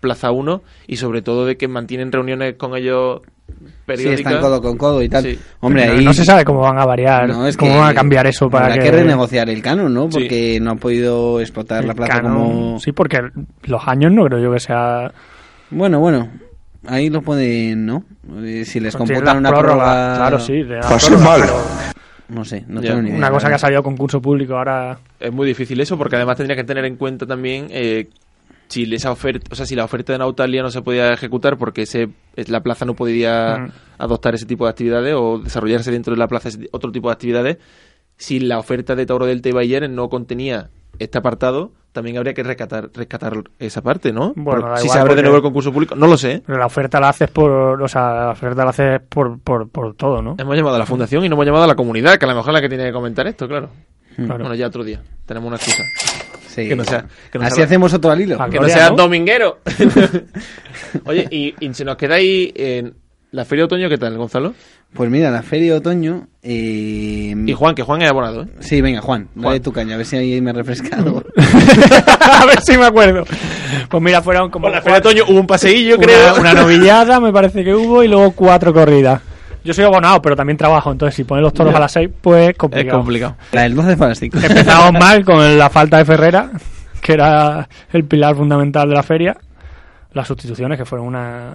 Speaker 2: Plaza 1 y sobre todo de que mantienen reuniones con ellos
Speaker 5: Sí,
Speaker 2: periódicas.
Speaker 5: están codo con codo y tal.
Speaker 2: Sí.
Speaker 5: Hombre,
Speaker 3: no,
Speaker 5: ahí...
Speaker 3: no se sabe cómo van a variar,
Speaker 5: No, es
Speaker 3: cómo
Speaker 5: que
Speaker 3: van a cambiar eso para
Speaker 5: habrá
Speaker 3: que...
Speaker 5: que renegociar el canon, ¿no?
Speaker 2: Sí.
Speaker 5: Porque no han podido explotar
Speaker 3: el
Speaker 5: la plaza
Speaker 3: canon.
Speaker 5: como...
Speaker 3: Sí, porque los años no creo yo que sea...
Speaker 5: Bueno, bueno. Ahí lo pueden, ¿no? Eh, Si les
Speaker 3: Tiene
Speaker 5: computan
Speaker 3: la
Speaker 5: una prórroga...
Speaker 3: prórroga, Claro, sí. de la
Speaker 4: Pasó
Speaker 3: prórroga,
Speaker 4: mal.
Speaker 3: pero
Speaker 5: No sé, no
Speaker 2: Ya.
Speaker 5: tengo ni idea.
Speaker 3: Una cosa que
Speaker 5: la
Speaker 3: ha salido con concurso público ahora...
Speaker 2: Es muy difícil eso porque además tendría que tener en cuenta también eh, si esa oferta, o sea, si la oferta de Nautalia no se podía ejecutar porque ese es- la plaza no podía
Speaker 3: Mm.
Speaker 2: adoptar ese tipo de actividades o desarrollarse dentro de la plaza ese- otro tipo de actividades, si la oferta de Tauro Delta y Bayer no contenía este apartado, también habría que rescatar rescatar esa parte, ¿no?
Speaker 3: Bueno,
Speaker 2: Por-
Speaker 3: da
Speaker 2: si
Speaker 3: igual,
Speaker 2: se abre
Speaker 3: porque-
Speaker 2: de nuevo el concurso público, no lo sé. ¿eh?
Speaker 3: Pero la oferta la haces por... O sea, la oferta la haces por, por, por todo, ¿no?
Speaker 2: Hemos llamado a la fundación y no hemos llamado a la comunidad, que a lo mejor es la que tiene que comentar esto, claro.
Speaker 5: Mm.
Speaker 3: Claro.
Speaker 2: Bueno, ya otro día. Tenemos una excusa.
Speaker 5: Sí.
Speaker 2: que no sea- que no
Speaker 5: Así
Speaker 2: sea-
Speaker 5: hacemos otro al hilo.
Speaker 3: Ah,
Speaker 2: Que no
Speaker 3: Gloria,
Speaker 2: sea
Speaker 3: ¿no?
Speaker 2: dominguero. Oye, y, y si nos quedáis en ¿La feria de otoño qué tal, Gonzalo?
Speaker 5: Pues mira, la feria de otoño. eh,
Speaker 2: Y Juan, que Juan es abonado, ¿eh?
Speaker 5: Sí, venga, Juan, dale tu caña, a ver si ahí me refresca algo.
Speaker 3: a ver si me acuerdo. Pues mira, fueron como.
Speaker 2: la feria de otoño hubo un paseillo,
Speaker 3: una-
Speaker 2: creo.
Speaker 3: Una novillada, me parece que hubo, y luego cuatro corridas. Yo soy abonado, pero también trabajo, entonces si ponen los toros
Speaker 2: Ya.
Speaker 3: a las seis, pues complicado.
Speaker 5: La del 12 de Fantástico.
Speaker 3: Empezamos mal con la falta de Ferrera, que era el pilar fundamental de la feria. Las sustituciones, que fueron una.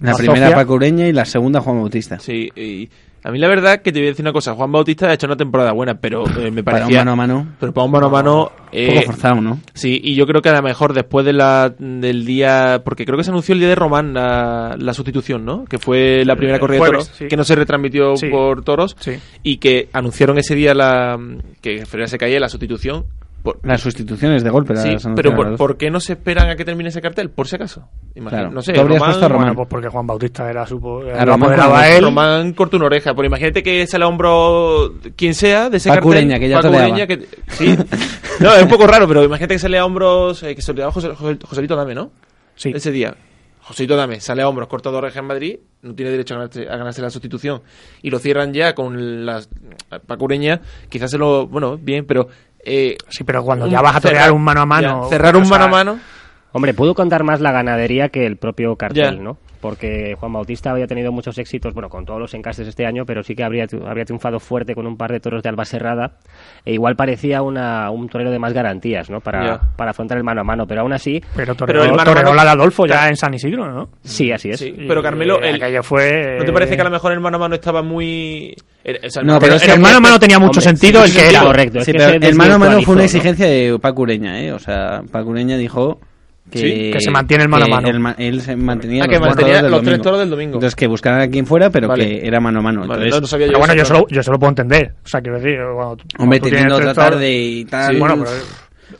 Speaker 5: La
Speaker 3: una
Speaker 5: primera
Speaker 3: zofia.
Speaker 5: Paco Ureña y la segunda Juan Bautista.
Speaker 2: Sí, y a mí la verdad que te voy a decir una cosa. Juan Bautista ha hecho una temporada buena, pero eh, me
Speaker 5: Para un
Speaker 2: parecía...
Speaker 5: mano a mano.
Speaker 2: Pero para un mano a mano... eh,
Speaker 5: Un poco forzado, ¿no?
Speaker 2: Sí, y yo creo que a lo mejor después de la, del día... Porque creo que se anunció el día de Román la, la sustitución, ¿no? Que fue la primera
Speaker 3: El
Speaker 2: corrida
Speaker 3: Eh, jueves,
Speaker 2: de toros,
Speaker 3: sí.
Speaker 2: que no se retransmitió
Speaker 3: Sí.
Speaker 2: por toros,
Speaker 3: Sí.
Speaker 2: y que anunciaron ese día la, que Ferrer se caía la sustitución. Por,
Speaker 5: Las sustituciones de golpe.
Speaker 2: sí,
Speaker 5: las anunciaron
Speaker 2: pero
Speaker 5: las
Speaker 2: por,
Speaker 5: dos.
Speaker 2: ¿por qué no se esperan a que termine ese cartel? Por si acaso. Imagino,
Speaker 5: Claro.
Speaker 2: no sé,
Speaker 5: Tú habrías
Speaker 2: Román-
Speaker 5: puesto a Román.
Speaker 3: Bueno, pues porque Juan Bautista era su. po-
Speaker 5: A
Speaker 3: lo
Speaker 5: Román
Speaker 3: apoderaba
Speaker 5: Juan-
Speaker 3: él.
Speaker 2: Román corta una oreja, pero imagínate que es el hombro quien sea de ese
Speaker 5: Paco
Speaker 2: cartel.
Speaker 5: Ureña, que ya
Speaker 2: Paco
Speaker 5: toreaba.
Speaker 2: Ureña, que- sí. No, es un poco raro, pero imagínate que sale a hombros, eh, que se olvidaba José, José- Joselito Dame, ¿no?
Speaker 3: Sí.
Speaker 2: Ese día. Joselito Dame sale a hombros, corta dos orejas en Madrid, no tiene derecho a ganarse, a ganarse la sustitución. Y lo cierran ya con las Paco Ureña, quizás se lo, bueno, bien, pero... eh,
Speaker 3: Sí, pero cuando
Speaker 2: un-
Speaker 3: ya vas a torear
Speaker 2: cerrar-
Speaker 3: un mano a mano.
Speaker 2: ya, cerrar un
Speaker 3: o sea,
Speaker 2: mano a mano.
Speaker 6: Hombre, pudo contar más la ganadería que el propio cartel,
Speaker 2: Ya.
Speaker 6: ¿no? Porque Juan Bautista había tenido muchos éxitos, bueno, con todos los encastes este año, pero sí que habría, tri- habría triunfado fuerte con un par de toros de Alba Serrada. E igual parecía una, un torero de más garantías, ¿no? Para,
Speaker 2: Ya.
Speaker 6: para afrontar el mano a mano, pero aún así,
Speaker 3: Pero
Speaker 2: Pero
Speaker 3: toreó,
Speaker 2: el mano a
Speaker 3: toreó
Speaker 2: mano-
Speaker 3: la de Adolfo ya en San Isidro, ¿no?
Speaker 6: sí, así es.
Speaker 2: Sí, pero Carmelo,
Speaker 3: Eh,
Speaker 2: el-
Speaker 3: aquello fue.
Speaker 2: ¿No te parece que a lo mejor el mano a mano estaba muy... el- o sea, el
Speaker 5: No,
Speaker 2: mano-
Speaker 5: pero
Speaker 2: el-
Speaker 5: es
Speaker 3: el
Speaker 5: que-
Speaker 3: mano a mano tenía mucho
Speaker 6: Hombre,
Speaker 3: sentido
Speaker 2: sí,
Speaker 3: el
Speaker 2: sí,
Speaker 3: que
Speaker 2: sí,
Speaker 3: era.
Speaker 6: correcto. es
Speaker 5: Sí,
Speaker 6: que
Speaker 5: pero
Speaker 6: se
Speaker 5: el mano a mano
Speaker 6: desvirtualizó,
Speaker 5: fue una
Speaker 6: ¿no?
Speaker 5: exigencia de Paco Ureña, ¿eh? O sea, Paco Ureña dijo que,
Speaker 2: Sí,
Speaker 3: que se mantiene el mano a
Speaker 5: que
Speaker 3: mano.
Speaker 5: el ma- él se mantenía
Speaker 2: Ah,
Speaker 5: los,
Speaker 2: que
Speaker 5: tres
Speaker 2: mantenía
Speaker 5: toros del
Speaker 2: los tres
Speaker 5: domingo.
Speaker 2: toros del domingo.
Speaker 5: Entonces, que buscaran a quien fuera, pero
Speaker 2: Vale.
Speaker 5: que era mano a mano.
Speaker 2: Vale,
Speaker 5: Entonces,
Speaker 2: no, no sabía yo
Speaker 3: Pero bueno,
Speaker 2: eso,
Speaker 3: yo
Speaker 2: claro.
Speaker 3: solo, yo solo puedo entender. O sea, quiero decir, cuando tú-
Speaker 5: hombre,
Speaker 3: cuando Pues tú
Speaker 5: teniendo
Speaker 3: tienes
Speaker 5: otra
Speaker 3: tres toros-
Speaker 5: tarde y tal.
Speaker 3: Sí, bueno, pero,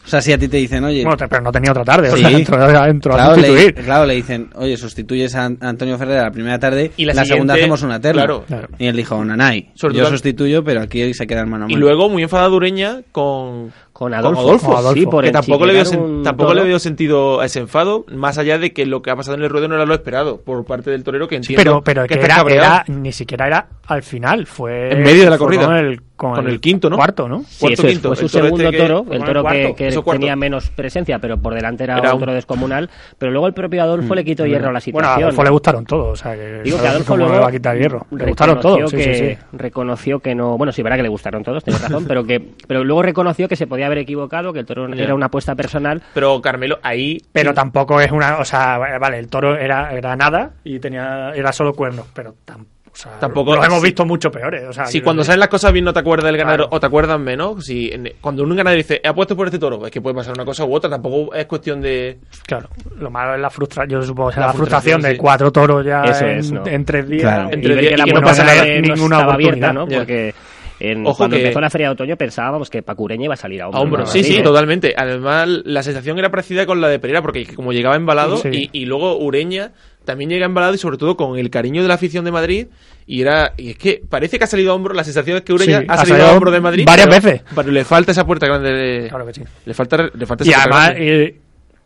Speaker 5: O sea, si a ti te dicen, oye.
Speaker 3: bueno, te- pero no tenía otra tarde. O
Speaker 5: Sí.
Speaker 3: sea, entró, entró a
Speaker 5: Claro le,
Speaker 3: sustituir.
Speaker 5: claro, le dicen, oye, sustituyes a An- Antonio Ferrer la primera tarde
Speaker 2: Y
Speaker 5: y
Speaker 2: la
Speaker 5: la, segunda
Speaker 2: siguiente-
Speaker 5: hacemos una terna.
Speaker 2: claro.
Speaker 3: Claro.
Speaker 5: Y él dijo, Nanay,
Speaker 2: Sobre
Speaker 5: yo
Speaker 2: todo-
Speaker 5: sustituyo, pero aquí se queda el mano a
Speaker 2: Y
Speaker 5: mano.
Speaker 2: luego muy enfadado Ureña con,
Speaker 6: Con Adolfo.
Speaker 2: Adolfo.
Speaker 3: Con Adolfo.
Speaker 6: Sí, por
Speaker 2: que tampoco le, veo
Speaker 6: enchiquilar un
Speaker 2: tampoco
Speaker 6: toro.
Speaker 2: le veo sentido a ese enfado, más allá de que lo que ha pasado en el ruedo no era lo esperado por parte del torero que
Speaker 3: Sí,
Speaker 2: entiendo
Speaker 3: pero, pero es que
Speaker 2: está
Speaker 3: era,
Speaker 2: cabreado.
Speaker 3: era- ni siquiera era al final. Fue.
Speaker 2: En medio de la
Speaker 3: fue
Speaker 2: corrida.
Speaker 3: Con el, con
Speaker 2: Con
Speaker 3: el
Speaker 2: el quinto, ¿no?
Speaker 3: Cuarto, ¿no?
Speaker 6: Sí,
Speaker 2: Cuarto,
Speaker 6: eso es,
Speaker 2: quinto,
Speaker 6: fue su
Speaker 2: el toro
Speaker 6: segundo
Speaker 2: este que-
Speaker 6: toro, el
Speaker 2: bueno,
Speaker 6: toro que,
Speaker 2: cuarto,
Speaker 6: que
Speaker 2: eso, cuarto.
Speaker 6: tenía menos presencia, pero por delante era,
Speaker 2: Era
Speaker 6: un
Speaker 2: un- Mm.
Speaker 6: toro descomunal. Pero luego el propio Adolfo le quitó hierro a
Speaker 3: Bueno,
Speaker 6: la
Speaker 3: a
Speaker 6: situación.
Speaker 3: Adolfo le gustaron todos. O sea, que,
Speaker 6: Digo que
Speaker 3: ¿sabes
Speaker 6: Adolfo
Speaker 3: cómo
Speaker 6: luego
Speaker 3: le va a quitar hierro. Le gustaron
Speaker 6: reconoció
Speaker 3: todos. Sí,
Speaker 6: que-
Speaker 3: sí, sí.
Speaker 6: Reconoció que no. Bueno, sí, verdad que le gustaron todos, tenés razón, pero que pero luego reconoció que se podía haber equivocado, que el toro
Speaker 2: Ya.
Speaker 6: era una apuesta personal.
Speaker 2: Pero Carmelo, ahí...
Speaker 3: Pero tampoco es una. O sea, vale, el toro era, era nada y tenía era solo cuernos, pero tam- o sea,
Speaker 2: Tampoco-
Speaker 3: los hemos
Speaker 2: sí.
Speaker 3: visto mucho peores. O sea,
Speaker 2: Si
Speaker 3: quiero
Speaker 2: cuando
Speaker 3: decir-
Speaker 2: salen las cosas bien no te acuerdas del ganador
Speaker 3: Claro.
Speaker 2: o te acuerdas menos, si en- cuando un ganador dice, he apuesto por este toro, es que puede pasar una cosa u otra, tampoco es cuestión de...
Speaker 3: Claro, lo malo es la frustración. Yo supongo que será
Speaker 2: La
Speaker 3: la, frustración,
Speaker 2: frustración,
Speaker 3: de
Speaker 2: sí.
Speaker 3: cuatro toros ya
Speaker 6: Eso
Speaker 3: en,
Speaker 6: es, ¿no?
Speaker 3: en tres días.
Speaker 5: Claro.
Speaker 3: y
Speaker 2: En tres
Speaker 3: ver
Speaker 2: días
Speaker 3: que
Speaker 2: y
Speaker 3: la
Speaker 2: que
Speaker 3: buena
Speaker 2: no pasa
Speaker 3: era
Speaker 2: nada,
Speaker 6: no
Speaker 3: ninguna oportunidad.
Speaker 6: estaba abierta, ¿no?
Speaker 2: Ya.
Speaker 6: Porque en-
Speaker 2: Ojo
Speaker 6: cuando
Speaker 2: que-
Speaker 6: empezó la feria de otoño pensábamos que Pacureña iba a salir a hombro.
Speaker 2: A hombros, sí,
Speaker 6: Así,
Speaker 2: sí,
Speaker 6: ¿eh?
Speaker 2: totalmente. Además, la sensación era parecida con la de Pereira, porque como llegaba embalado
Speaker 3: Sí.
Speaker 2: y, y luego Ureña también llega embalado y sobre todo con el cariño de la afición de Madrid. Y era y es que parece que ha salido a hombro, la sensación es que Ureña
Speaker 3: Sí,
Speaker 2: ha
Speaker 3: ha
Speaker 2: salido a
Speaker 3: salido
Speaker 2: hombro de Madrid.
Speaker 3: varias
Speaker 2: pero-
Speaker 3: veces.
Speaker 2: Pero le falta esa puerta grande. de-
Speaker 3: Claro que sí.
Speaker 2: Le falta, le falta esa
Speaker 3: Y
Speaker 2: puerta
Speaker 3: además,
Speaker 2: grande.
Speaker 3: eh,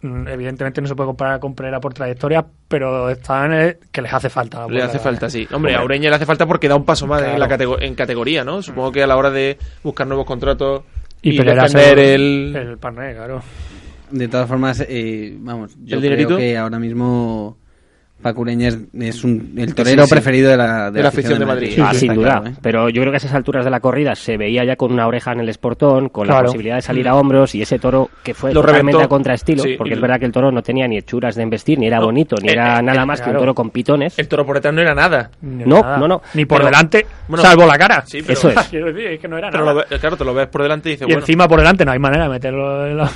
Speaker 3: mm, evidentemente no se puede comparar con Pereira por trayectoria, pero están eh, que les hace falta. la
Speaker 2: le
Speaker 3: bola.
Speaker 2: hace falta, sí. Hombre, a Ureña le hace falta porque da un paso más en,
Speaker 3: Claro.
Speaker 2: la catego- en categoría, ¿no? Supongo que a la hora de buscar nuevos contratos
Speaker 3: Y,
Speaker 2: y,
Speaker 3: Pereira
Speaker 2: defender
Speaker 3: se-
Speaker 2: el...
Speaker 3: el Parné, claro.
Speaker 5: De todas formas, eh, vamos, yo
Speaker 2: ¿El dinerito?
Speaker 5: creo que ahora mismo Paco Ureña es, es un, el torero
Speaker 2: Sí, sí.
Speaker 5: preferido de la, de
Speaker 2: De la afición de Madrid.
Speaker 6: Ah,
Speaker 5: Está
Speaker 6: sin duda.
Speaker 5: claro, ¿eh?
Speaker 6: Pero yo creo que a esas alturas de la corrida se veía ya con una oreja en el esportón, con la
Speaker 3: Claro.
Speaker 6: posibilidad de salir a hombros y ese toro que fue
Speaker 2: Lo
Speaker 6: totalmente
Speaker 2: reventó.
Speaker 6: a contraestilo,
Speaker 2: Sí, y-
Speaker 6: porque es verdad que el toro no tenía ni hechuras de embestir, ni era
Speaker 2: No,
Speaker 6: bonito, ni
Speaker 2: eh,
Speaker 6: era
Speaker 2: eh,
Speaker 6: nada
Speaker 2: eh,
Speaker 6: más que
Speaker 3: claro.
Speaker 6: un toro con pitones.
Speaker 2: El toro por detrás no era nada.
Speaker 3: Ni
Speaker 6: No,
Speaker 3: nada.
Speaker 6: no, no.
Speaker 3: Ni por
Speaker 2: Pero-
Speaker 3: delante,
Speaker 2: bueno,
Speaker 3: salvo la cara.
Speaker 2: Sí, pero-
Speaker 6: Eso es.
Speaker 3: Quiero decir, es que no era
Speaker 2: Pero
Speaker 3: nada.
Speaker 2: lo ve- claro, te lo ves por delante y dices,
Speaker 3: y
Speaker 2: bueno...
Speaker 3: encima por delante no hay manera de meterlo en la...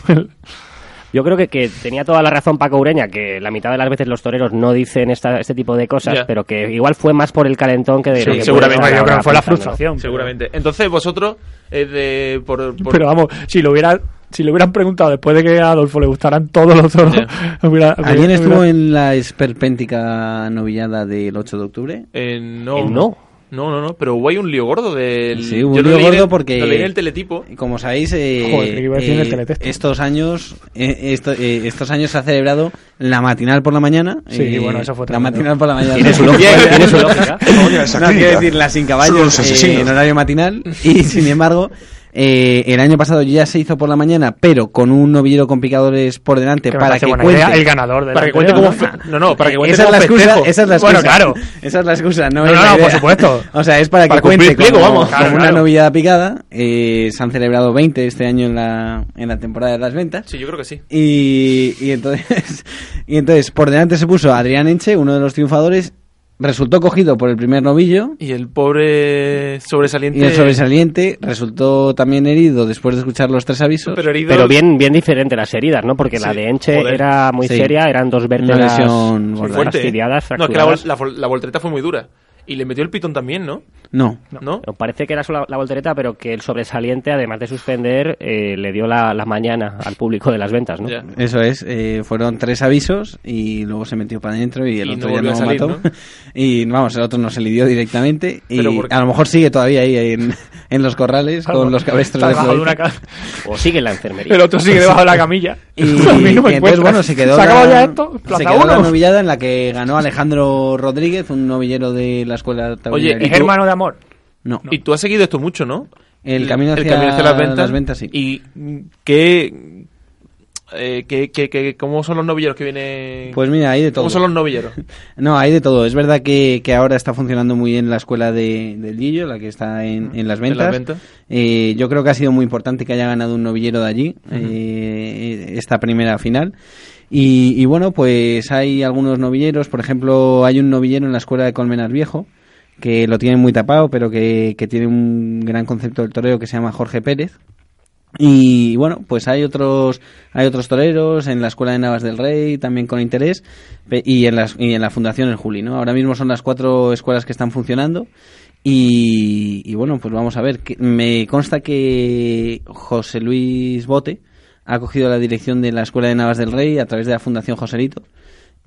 Speaker 6: Yo creo que, que tenía toda la razón Paco Ureña, que la mitad de las veces los toreros no dicen esta, este tipo de cosas,
Speaker 2: Ya.
Speaker 6: pero que igual fue más por el calentón que de
Speaker 2: Sí,
Speaker 6: lo que
Speaker 2: seguramente.
Speaker 6: puede
Speaker 3: Yo creo
Speaker 6: estar
Speaker 3: que
Speaker 6: ahora
Speaker 3: fue la
Speaker 6: pensándolo.
Speaker 3: frustración.
Speaker 2: Seguramente. Entonces, vosotros, eh, de- por, por-
Speaker 3: Pero, pero vamos, si lo hubiera... Si le hubieran preguntado después de que a Adolfo le gustaran todos los toros,
Speaker 2: Ya.
Speaker 3: hubiera-
Speaker 5: Ayer
Speaker 3: hubiera-
Speaker 5: estuvo en la esperpéntica novillada del 8 de octubre.
Speaker 2: eh, no.
Speaker 6: Eh, no.
Speaker 2: No, no, no, pero hubo ahí un lío gordo del...
Speaker 5: Sí, hubo
Speaker 2: yo
Speaker 5: un
Speaker 2: lo
Speaker 5: lío
Speaker 2: leí en el-
Speaker 5: gordo porque-
Speaker 2: Lo leí en el teletipo.
Speaker 5: Como sabéis, eh,
Speaker 3: Joder, que iba a decir en el
Speaker 5: eh,
Speaker 3: teletexto.
Speaker 5: estos años eh, esto- eh, estos años se ha celebrado la matinal por la mañana.
Speaker 3: Sí,
Speaker 5: eh,
Speaker 3: bueno, eso fue
Speaker 5: La
Speaker 3: tremendo.
Speaker 5: matinal por la mañana.
Speaker 3: Tiene su lógica, tiene su lógica.
Speaker 4: Coño, esa
Speaker 5: No, quiero
Speaker 4: clínica.
Speaker 5: decir, la sin
Speaker 4: Solo los
Speaker 5: caballos eh,
Speaker 4: asesinos.
Speaker 5: en horario matinal. Y sin embargo, eh, el año pasado ya se hizo por la mañana, pero con un novillero con picadores por delante
Speaker 3: Que me
Speaker 5: para
Speaker 3: parece
Speaker 5: que
Speaker 3: buena
Speaker 5: cuente.
Speaker 3: idea, el ganador del
Speaker 2: Para que cuente
Speaker 3: anterior,
Speaker 2: como...
Speaker 3: ¿no?
Speaker 2: fe- No, no, para que cuente
Speaker 5: Esa es,
Speaker 2: como
Speaker 5: la excusa,
Speaker 2: festejo.
Speaker 5: esa es la excusa.
Speaker 3: Bueno, claro.
Speaker 5: Esa es la excusa, no,
Speaker 3: No,
Speaker 5: es
Speaker 3: no,
Speaker 5: la
Speaker 3: no, por
Speaker 5: idea.
Speaker 3: supuesto.
Speaker 5: O sea, es para,
Speaker 2: Para
Speaker 5: que
Speaker 2: cumplir
Speaker 5: cuente
Speaker 2: pliego,
Speaker 5: como,
Speaker 2: vamos.
Speaker 5: como
Speaker 2: Claro,
Speaker 5: una
Speaker 2: claro.
Speaker 5: novillada picada. eh, se han celebrado 20 este año en la, en la temporada de las ventas.
Speaker 2: Sí, yo creo que sí.
Speaker 5: Y, y entonces, y entonces, por delante se puso Adrián Enche, uno de los triunfadores. Resultó cogido por el primer novillo.
Speaker 2: Y el pobre sobresaliente...
Speaker 5: Y el sobresaliente resultó también herido después de escuchar los tres avisos.
Speaker 2: Pero herido...
Speaker 6: Pero bien, bien diferente las heridas, ¿no? Porque la
Speaker 2: Sí,
Speaker 6: de Enche
Speaker 2: joder.
Speaker 6: era muy
Speaker 5: Sí.
Speaker 6: seria, eran dos vértebras
Speaker 5: lesión gorda.
Speaker 2: fuerte, ¿eh?
Speaker 6: fastidiadas,
Speaker 2: No, es que la, vol-
Speaker 6: fracturadas.
Speaker 2: la vol- la voltereta fue muy dura. Y le metió el pitón también, ¿no?
Speaker 5: No.
Speaker 2: ¿No?
Speaker 6: Parece que era solo la voltereta, pero que el sobresaliente, además de suspender, eh, le dio la, la mañana al público de las ventas, ¿no?
Speaker 2: Ya.
Speaker 5: Eso es, eh, fueron tres avisos y luego se metió para adentro y el
Speaker 2: Y
Speaker 5: otro
Speaker 2: no
Speaker 5: ya
Speaker 2: volvió
Speaker 5: no
Speaker 2: a salir,
Speaker 5: mató.
Speaker 2: ¿no?
Speaker 5: Y vamos, el otro no se lidió directamente y
Speaker 2: Pero porque-
Speaker 5: a lo mejor sigue todavía ahí en, en los corrales con los cabestros
Speaker 3: Está
Speaker 5: de
Speaker 3: debajo de una
Speaker 5: Florida.
Speaker 3: ca-
Speaker 6: O sigue en la enfermería.
Speaker 3: El otro sigue debajo de la camilla.
Speaker 5: Y,
Speaker 3: A mí no me
Speaker 5: y entonces,
Speaker 3: encuentras.
Speaker 5: bueno, se quedó, la,
Speaker 3: ¿Se acabó ya esto?
Speaker 5: se
Speaker 3: Plaza
Speaker 5: quedó la
Speaker 3: 1.
Speaker 5: novillada en la que ganó Alejandro Rodríguez, un novillero de la escuela taurina.
Speaker 2: Oye, ¿y
Speaker 5: de
Speaker 3: Es
Speaker 5: Lito.
Speaker 2: tú-
Speaker 3: hermano de amor.
Speaker 5: No,
Speaker 2: Y tú has seguido esto mucho, ¿no?
Speaker 5: El camino hacia
Speaker 2: las ventas.
Speaker 5: las ventas, sí.
Speaker 2: ¿Y mm, qué, eh, qué, qué- qué- cómo son los novilleros que vienen?
Speaker 5: pues mira, hay de todo.
Speaker 2: ¿Cómo son los novilleros?
Speaker 5: No, hay de todo. Es verdad que, que ahora está funcionando muy bien la escuela de, del Lillo, la que está en, en las
Speaker 2: En las
Speaker 5: ventas.
Speaker 2: ventas.
Speaker 5: Eh, yo creo que ha sido muy importante que haya ganado un novillero de allí eh, esta primera final. Y, y bueno, pues hay algunos novilleros. Por ejemplo, hay un novillero en la escuela de Colmenar Viejo que lo tienen muy tapado, pero que, que tiene un gran concepto del toreo que se llama Jorge Pérez. Y bueno, pues hay otros, hay otros toreros en la Escuela de Navas del Rey, también con interés, pe- y en, las, y en la Fundación El Juli, ¿no? Ahora mismo son las cuatro escuelas que están funcionando. Y, y bueno, pues vamos a ver. que- Me consta que José Luis Bote ha cogido la dirección de la Escuela de Navas del Rey a través de la Fundación Joselito.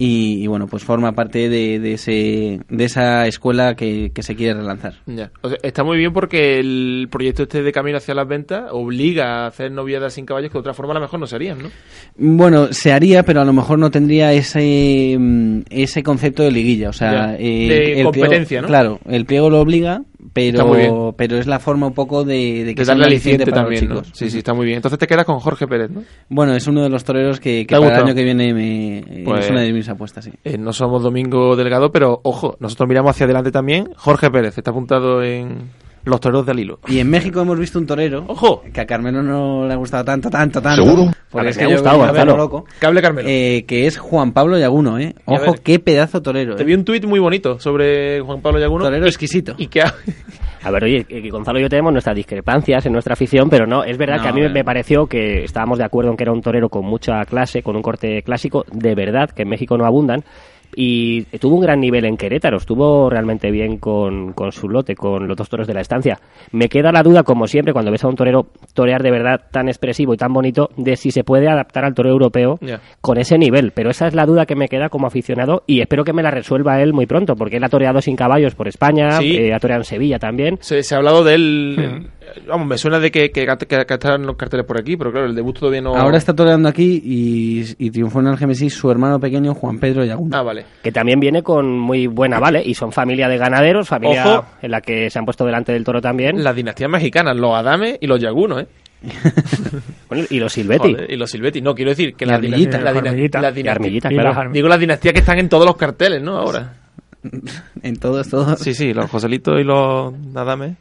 Speaker 5: Y, y bueno, pues forma parte de, de, ese, de esa escuela que, que se quiere relanzar.
Speaker 2: Ya. O sea, está muy bien porque el proyecto este de camino hacia las ventas obliga a hacer novilladas sin caballos que de otra forma a lo mejor no serían, ¿no?
Speaker 5: Bueno, se haría, pero a lo mejor no tendría ese, mm, ese concepto de liguilla. O sea, eh,
Speaker 2: Ya, de
Speaker 5: el
Speaker 2: competencia,
Speaker 5: pliego,
Speaker 2: ¿no?
Speaker 5: Claro, el pliego lo obliga,
Speaker 2: Está muy bien.
Speaker 5: pero, pero es la forma un poco de, de que
Speaker 2: De
Speaker 5: sea un
Speaker 2: darle
Speaker 5: aliciente
Speaker 2: aliciente
Speaker 5: para
Speaker 2: también,
Speaker 5: los
Speaker 2: ¿no?
Speaker 5: chicos.
Speaker 2: Sí, sí, está muy bien. Entonces te quedas con Jorge Pérez, ¿no?
Speaker 5: Bueno, es uno de los toreros que,
Speaker 2: ¿Te
Speaker 5: que
Speaker 2: ha
Speaker 5: para el
Speaker 2: gustado?
Speaker 5: año que viene me,
Speaker 2: Pues-
Speaker 5: es una de mis apuestas, sí.
Speaker 2: Eh, no somos Domingo Delgado, pero ojo, nosotros miramos hacia adelante también. Jorge Pérez está apuntado en los toreros del hilo.
Speaker 5: Y en México hemos visto un torero
Speaker 2: ¡Ojo!
Speaker 5: que a Carmelo no le ha gustado tanto, tanto, tanto.
Speaker 4: ¿Seguro?
Speaker 6: A ver,
Speaker 5: Porque es
Speaker 6: me
Speaker 5: que
Speaker 6: ha
Speaker 5: yo
Speaker 6: gustado,
Speaker 5: venía a verlo
Speaker 6: Gonzalo.
Speaker 5: loco.
Speaker 2: Cable Carmelo.
Speaker 5: Eh, que es Juan Pablo Yaguno, ¿eh?
Speaker 2: Y a
Speaker 5: Ojo,
Speaker 2: ver,
Speaker 5: qué pedazo torero.
Speaker 2: Te
Speaker 5: ¿eh?
Speaker 2: vi un tuit muy bonito sobre Juan Pablo Yaguno.
Speaker 5: Torero
Speaker 2: y-
Speaker 5: exquisito.
Speaker 2: Y que ha-
Speaker 6: A ver, oye, eh, que Gonzalo y yo tenemos nuestras discrepancias en nuestra afición, pero no, es verdad
Speaker 5: No,
Speaker 6: que a mí
Speaker 5: eh.
Speaker 6: me pareció que estábamos de acuerdo en que era un torero con mucha clase, con un corte clásico, de verdad, que en México no abundan. Y tuvo un gran nivel en Querétaro, estuvo realmente bien con, con su lote, con los dos toros de la estancia. Me queda la duda, como siempre, cuando ves a un torero torear de verdad tan expresivo y tan bonito, de si se puede adaptar al torero europeo
Speaker 2: Ya.
Speaker 6: con ese nivel. Pero esa es la duda que me queda como aficionado y espero que me la resuelva él muy pronto, porque él ha toreado sin caballos por España,
Speaker 2: Sí.
Speaker 6: eh, ha toreado en Sevilla también.
Speaker 2: se, se ha hablado de él. eh, Vamos, me suena de que, que, que- que están los carteles por aquí, pero claro, el debut todavía no.
Speaker 5: Ahora está toreando aquí y, y triunfó en el GMSI su hermano pequeño Juan Pedro Yaguno.
Speaker 2: Ah, vale.
Speaker 6: que también viene con muy buena vale y son familia de ganaderos, familia
Speaker 2: Ojo.
Speaker 6: en la que se han puesto delante del toro también
Speaker 2: Las dinastías mexicanas, los Adame y los Yaguno, ¿eh?
Speaker 6: Bueno, y los Silvetti.
Speaker 2: Joder, y los Silvetti. No, quiero decir que
Speaker 5: Y
Speaker 2: las
Speaker 5: Armillita.
Speaker 2: dinastías. las
Speaker 3: Y
Speaker 2: dina-
Speaker 3: Armillita.
Speaker 2: las
Speaker 6: Y
Speaker 2: dinastías-
Speaker 6: Armillita,
Speaker 3: Y
Speaker 6: claro.
Speaker 3: las arm-
Speaker 2: Digo las dinastías que están en todos los carteles, ¿no? Ahora.
Speaker 5: En todos, todos.
Speaker 2: Ah. Sí, sí, los Joselitos y los Adame.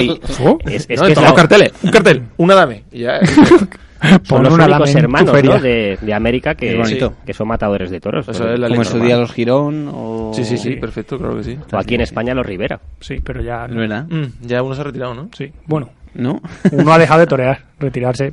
Speaker 6: y
Speaker 3: ¿Oh?
Speaker 6: es,
Speaker 2: no,
Speaker 6: es
Speaker 2: en
Speaker 6: que es
Speaker 2: todos
Speaker 6: la-
Speaker 2: los carteles. Un cartel, un Adame. Y ya, pues,
Speaker 6: son
Speaker 3: Pon
Speaker 6: los
Speaker 3: una dama
Speaker 6: únicos
Speaker 3: en tu
Speaker 6: hermanos
Speaker 3: feria.
Speaker 6: ¿no? de, de América que,
Speaker 5: Es bonito.
Speaker 6: que son matadores de toros.
Speaker 2: Eso es la
Speaker 5: Como en
Speaker 2: ley
Speaker 5: su
Speaker 2: normal.
Speaker 5: día los Girón o...
Speaker 2: Sí, sí, sí, perfecto, claro que sí.
Speaker 6: O aquí en España los Rivera.
Speaker 3: Sí, pero ya.
Speaker 5: ¿No ¿Verdad?
Speaker 2: Mm, ya uno se ha retirado, ¿no?
Speaker 3: Sí, bueno.
Speaker 5: ¿No?
Speaker 3: Uno ha dejado de torear, retirarse.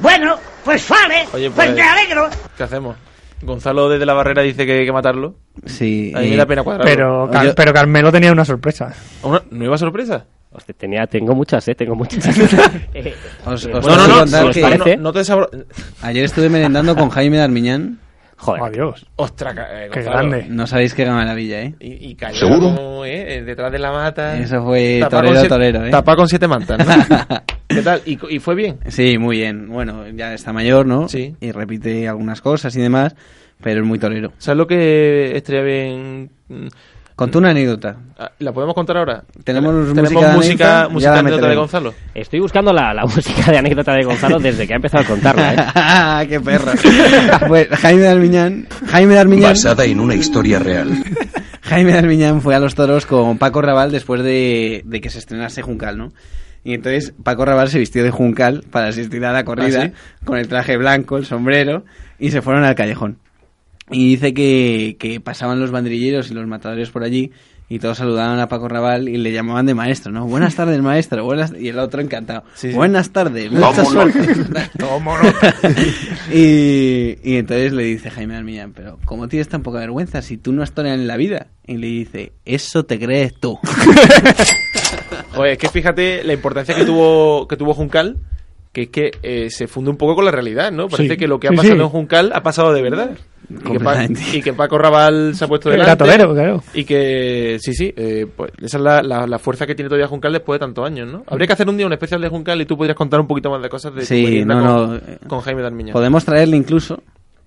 Speaker 8: Bueno, pues vale,
Speaker 2: Oye, pues- pues me
Speaker 8: alegro.
Speaker 2: ¿Qué hacemos? Gonzalo desde la barrera dice que hay que matarlo.
Speaker 5: Sí.
Speaker 2: A mí
Speaker 5: eh,
Speaker 2: me da pena cuadrarlo.
Speaker 3: Pero, Car-
Speaker 5: Yo-
Speaker 3: pero Carmelo tenía una sorpresa.
Speaker 2: ¿Una nueva sorpresa?
Speaker 6: Hostia, tenía, tengo muchas, ¿eh? Tengo muchas. Eh,
Speaker 5: Os-
Speaker 6: eh,
Speaker 5: os
Speaker 6: bueno,
Speaker 5: tengo
Speaker 6: no,
Speaker 5: que
Speaker 6: no,
Speaker 5: contar
Speaker 6: ¿os
Speaker 5: que-
Speaker 6: parece?
Speaker 2: No, no te desabro-
Speaker 5: Ayer estuve merendando con Jaime Darmiñán
Speaker 6: Joder.
Speaker 3: Adiós.
Speaker 2: Ostras, ca- eh,
Speaker 3: Qué
Speaker 2: Gonzalo.
Speaker 3: grande.
Speaker 5: No sabéis qué maravilla, ¿eh?
Speaker 2: Y, y cayó
Speaker 5: ¿Seguro?
Speaker 2: como, eh, eh, detrás de la mata.
Speaker 5: Eso fue
Speaker 2: Tapá con
Speaker 5: torero,
Speaker 2: siete-
Speaker 5: torero, ¿eh?
Speaker 2: tapá con siete mantas, ¿no? ¿Qué tal? ¿Y, co- y fue bien?
Speaker 5: Sí, muy bien. Bueno, ya está mayor, ¿no? Sí. Y repite algunas cosas y demás, pero es muy torero.
Speaker 2: ¿Sabes lo que estaría bien? Mm,
Speaker 5: Contó una anécdota.
Speaker 2: ah, ¿La podemos contar ahora?
Speaker 5: Tenemos
Speaker 2: ¿Tenemos
Speaker 5: música de anécdota,
Speaker 2: música,
Speaker 5: ya
Speaker 2: música
Speaker 5: la
Speaker 2: anécdota de
Speaker 5: meteremos.
Speaker 2: Gonzalo?
Speaker 6: Estoy buscando la, la música de anécdota de Gonzalo desde que ha empezado a contarla, ¿eh?
Speaker 5: ¡Ah, qué perro! pues Jaime Darmiñán. Jaime Darmiñán.
Speaker 12: Basada en una historia real.
Speaker 5: Jaime Darmiñán fue a los toros con Paco Raval después de, de que se estrenase Juncal, ¿no? Y entonces Paco Raval se vistió de Juncal para asistir a la corrida
Speaker 12: ¿Ah,
Speaker 5: con el traje blanco, el sombrero, y se fueron al callejón. Y dice que, que pasaban los banderilleros y los matadores por allí y todos saludaban a Paco Raval y le llamaban de maestro, ¿no? Buenas tardes, maestro. Buenas... Y el otro encantado. Buenas tardes. Mucha
Speaker 12: Tómalo.
Speaker 5: suerte. y, y entonces le dice Jaime Almillán, pero ¿cómo tienes tan poca vergüenza si tú no has toreado en la vida? Y le dice, eso te crees tú.
Speaker 2: Joder, es que fíjate la importancia que tuvo, que tuvo Juncal, que es que eh, se funde un poco con la realidad, ¿no? Parece
Speaker 3: Sí.
Speaker 2: que lo que ha
Speaker 3: Sí,
Speaker 2: pasado
Speaker 3: sí.
Speaker 2: en Juncal ha pasado de verdad. Y que, Pa-
Speaker 5: Completamente.
Speaker 2: y que Paco Raval se ha puesto
Speaker 3: Era
Speaker 2: delante.
Speaker 3: torero, claro.
Speaker 2: Y que, sí, sí, eh, pues esa es la, la- la fuerza que tiene todavía Juncal después de tantos años, ¿no? Habría que hacer un día un especial de Juncal y tú podrías contar un poquito más de cosas de tu
Speaker 5: Sí,
Speaker 2: merienda
Speaker 5: no,
Speaker 2: con,
Speaker 5: no, eh,
Speaker 2: con Jaime Darmiñán.
Speaker 5: Podemos traerle incluso.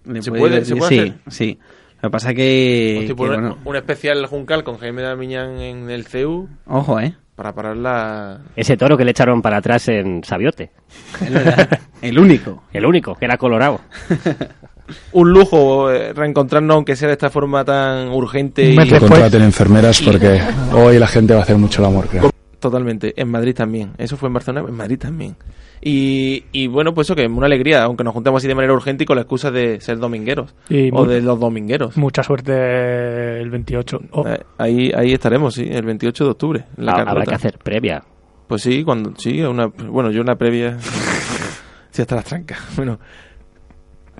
Speaker 5: Le
Speaker 2: ¿Se
Speaker 5: podéis
Speaker 2: puede-
Speaker 5: decir-
Speaker 2: se puede
Speaker 5: sí,
Speaker 2: hacer?
Speaker 5: sí. Lo que pasa que...
Speaker 2: Hostia,
Speaker 5: que,
Speaker 2: pues,
Speaker 5: bueno,
Speaker 2: Un especial Juncal con Jaime Darmiñán en el CEU
Speaker 5: ojo, ¿eh?
Speaker 2: para parar la...
Speaker 6: Ese toro que le echaron para atrás en Sabiote.
Speaker 5: El único.
Speaker 6: El único, que era colorado.
Speaker 2: un lujo eh, reencontrarnos, aunque sea de esta forma tan urgente.
Speaker 13: Y
Speaker 2: y
Speaker 13: contraten enfermeras porque hoy la gente va a hacer mucho el amor, creo.
Speaker 2: Totalmente, en Madrid también. Eso fue en Barcelona, en Madrid también. Y, y bueno, pues eso que es una alegría, aunque nos juntemos así de manera urgente y con la excusa de ser domingueros.
Speaker 3: Y
Speaker 2: o
Speaker 3: mu-
Speaker 2: de los domingueros.
Speaker 3: Mucha suerte el 28. Oh,
Speaker 2: Eh, Ahí, ahí estaremos, sí, el 28 de octubre. en la
Speaker 6: Ha-
Speaker 2: Carlota.
Speaker 6: habrá que hacer previa.
Speaker 2: Pues sí, cuando sí, una, bueno, yo una previa. sí, hasta las trancas. Bueno,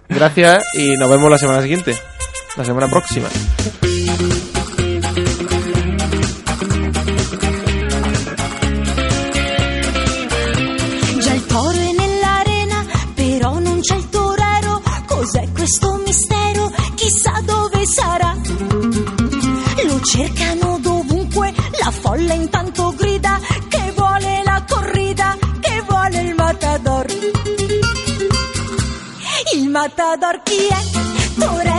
Speaker 2: gracias y nos vemos la semana siguiente, la semana próxima.
Speaker 14: Già il toro è nell'arena, però non c'è il torero. Cos'è questo mistero? Chissà dove sarà. Lo cercano dovunque, la folla intanto grida che vuole la corrida, che vuole il matador. Il matador chi è? Torero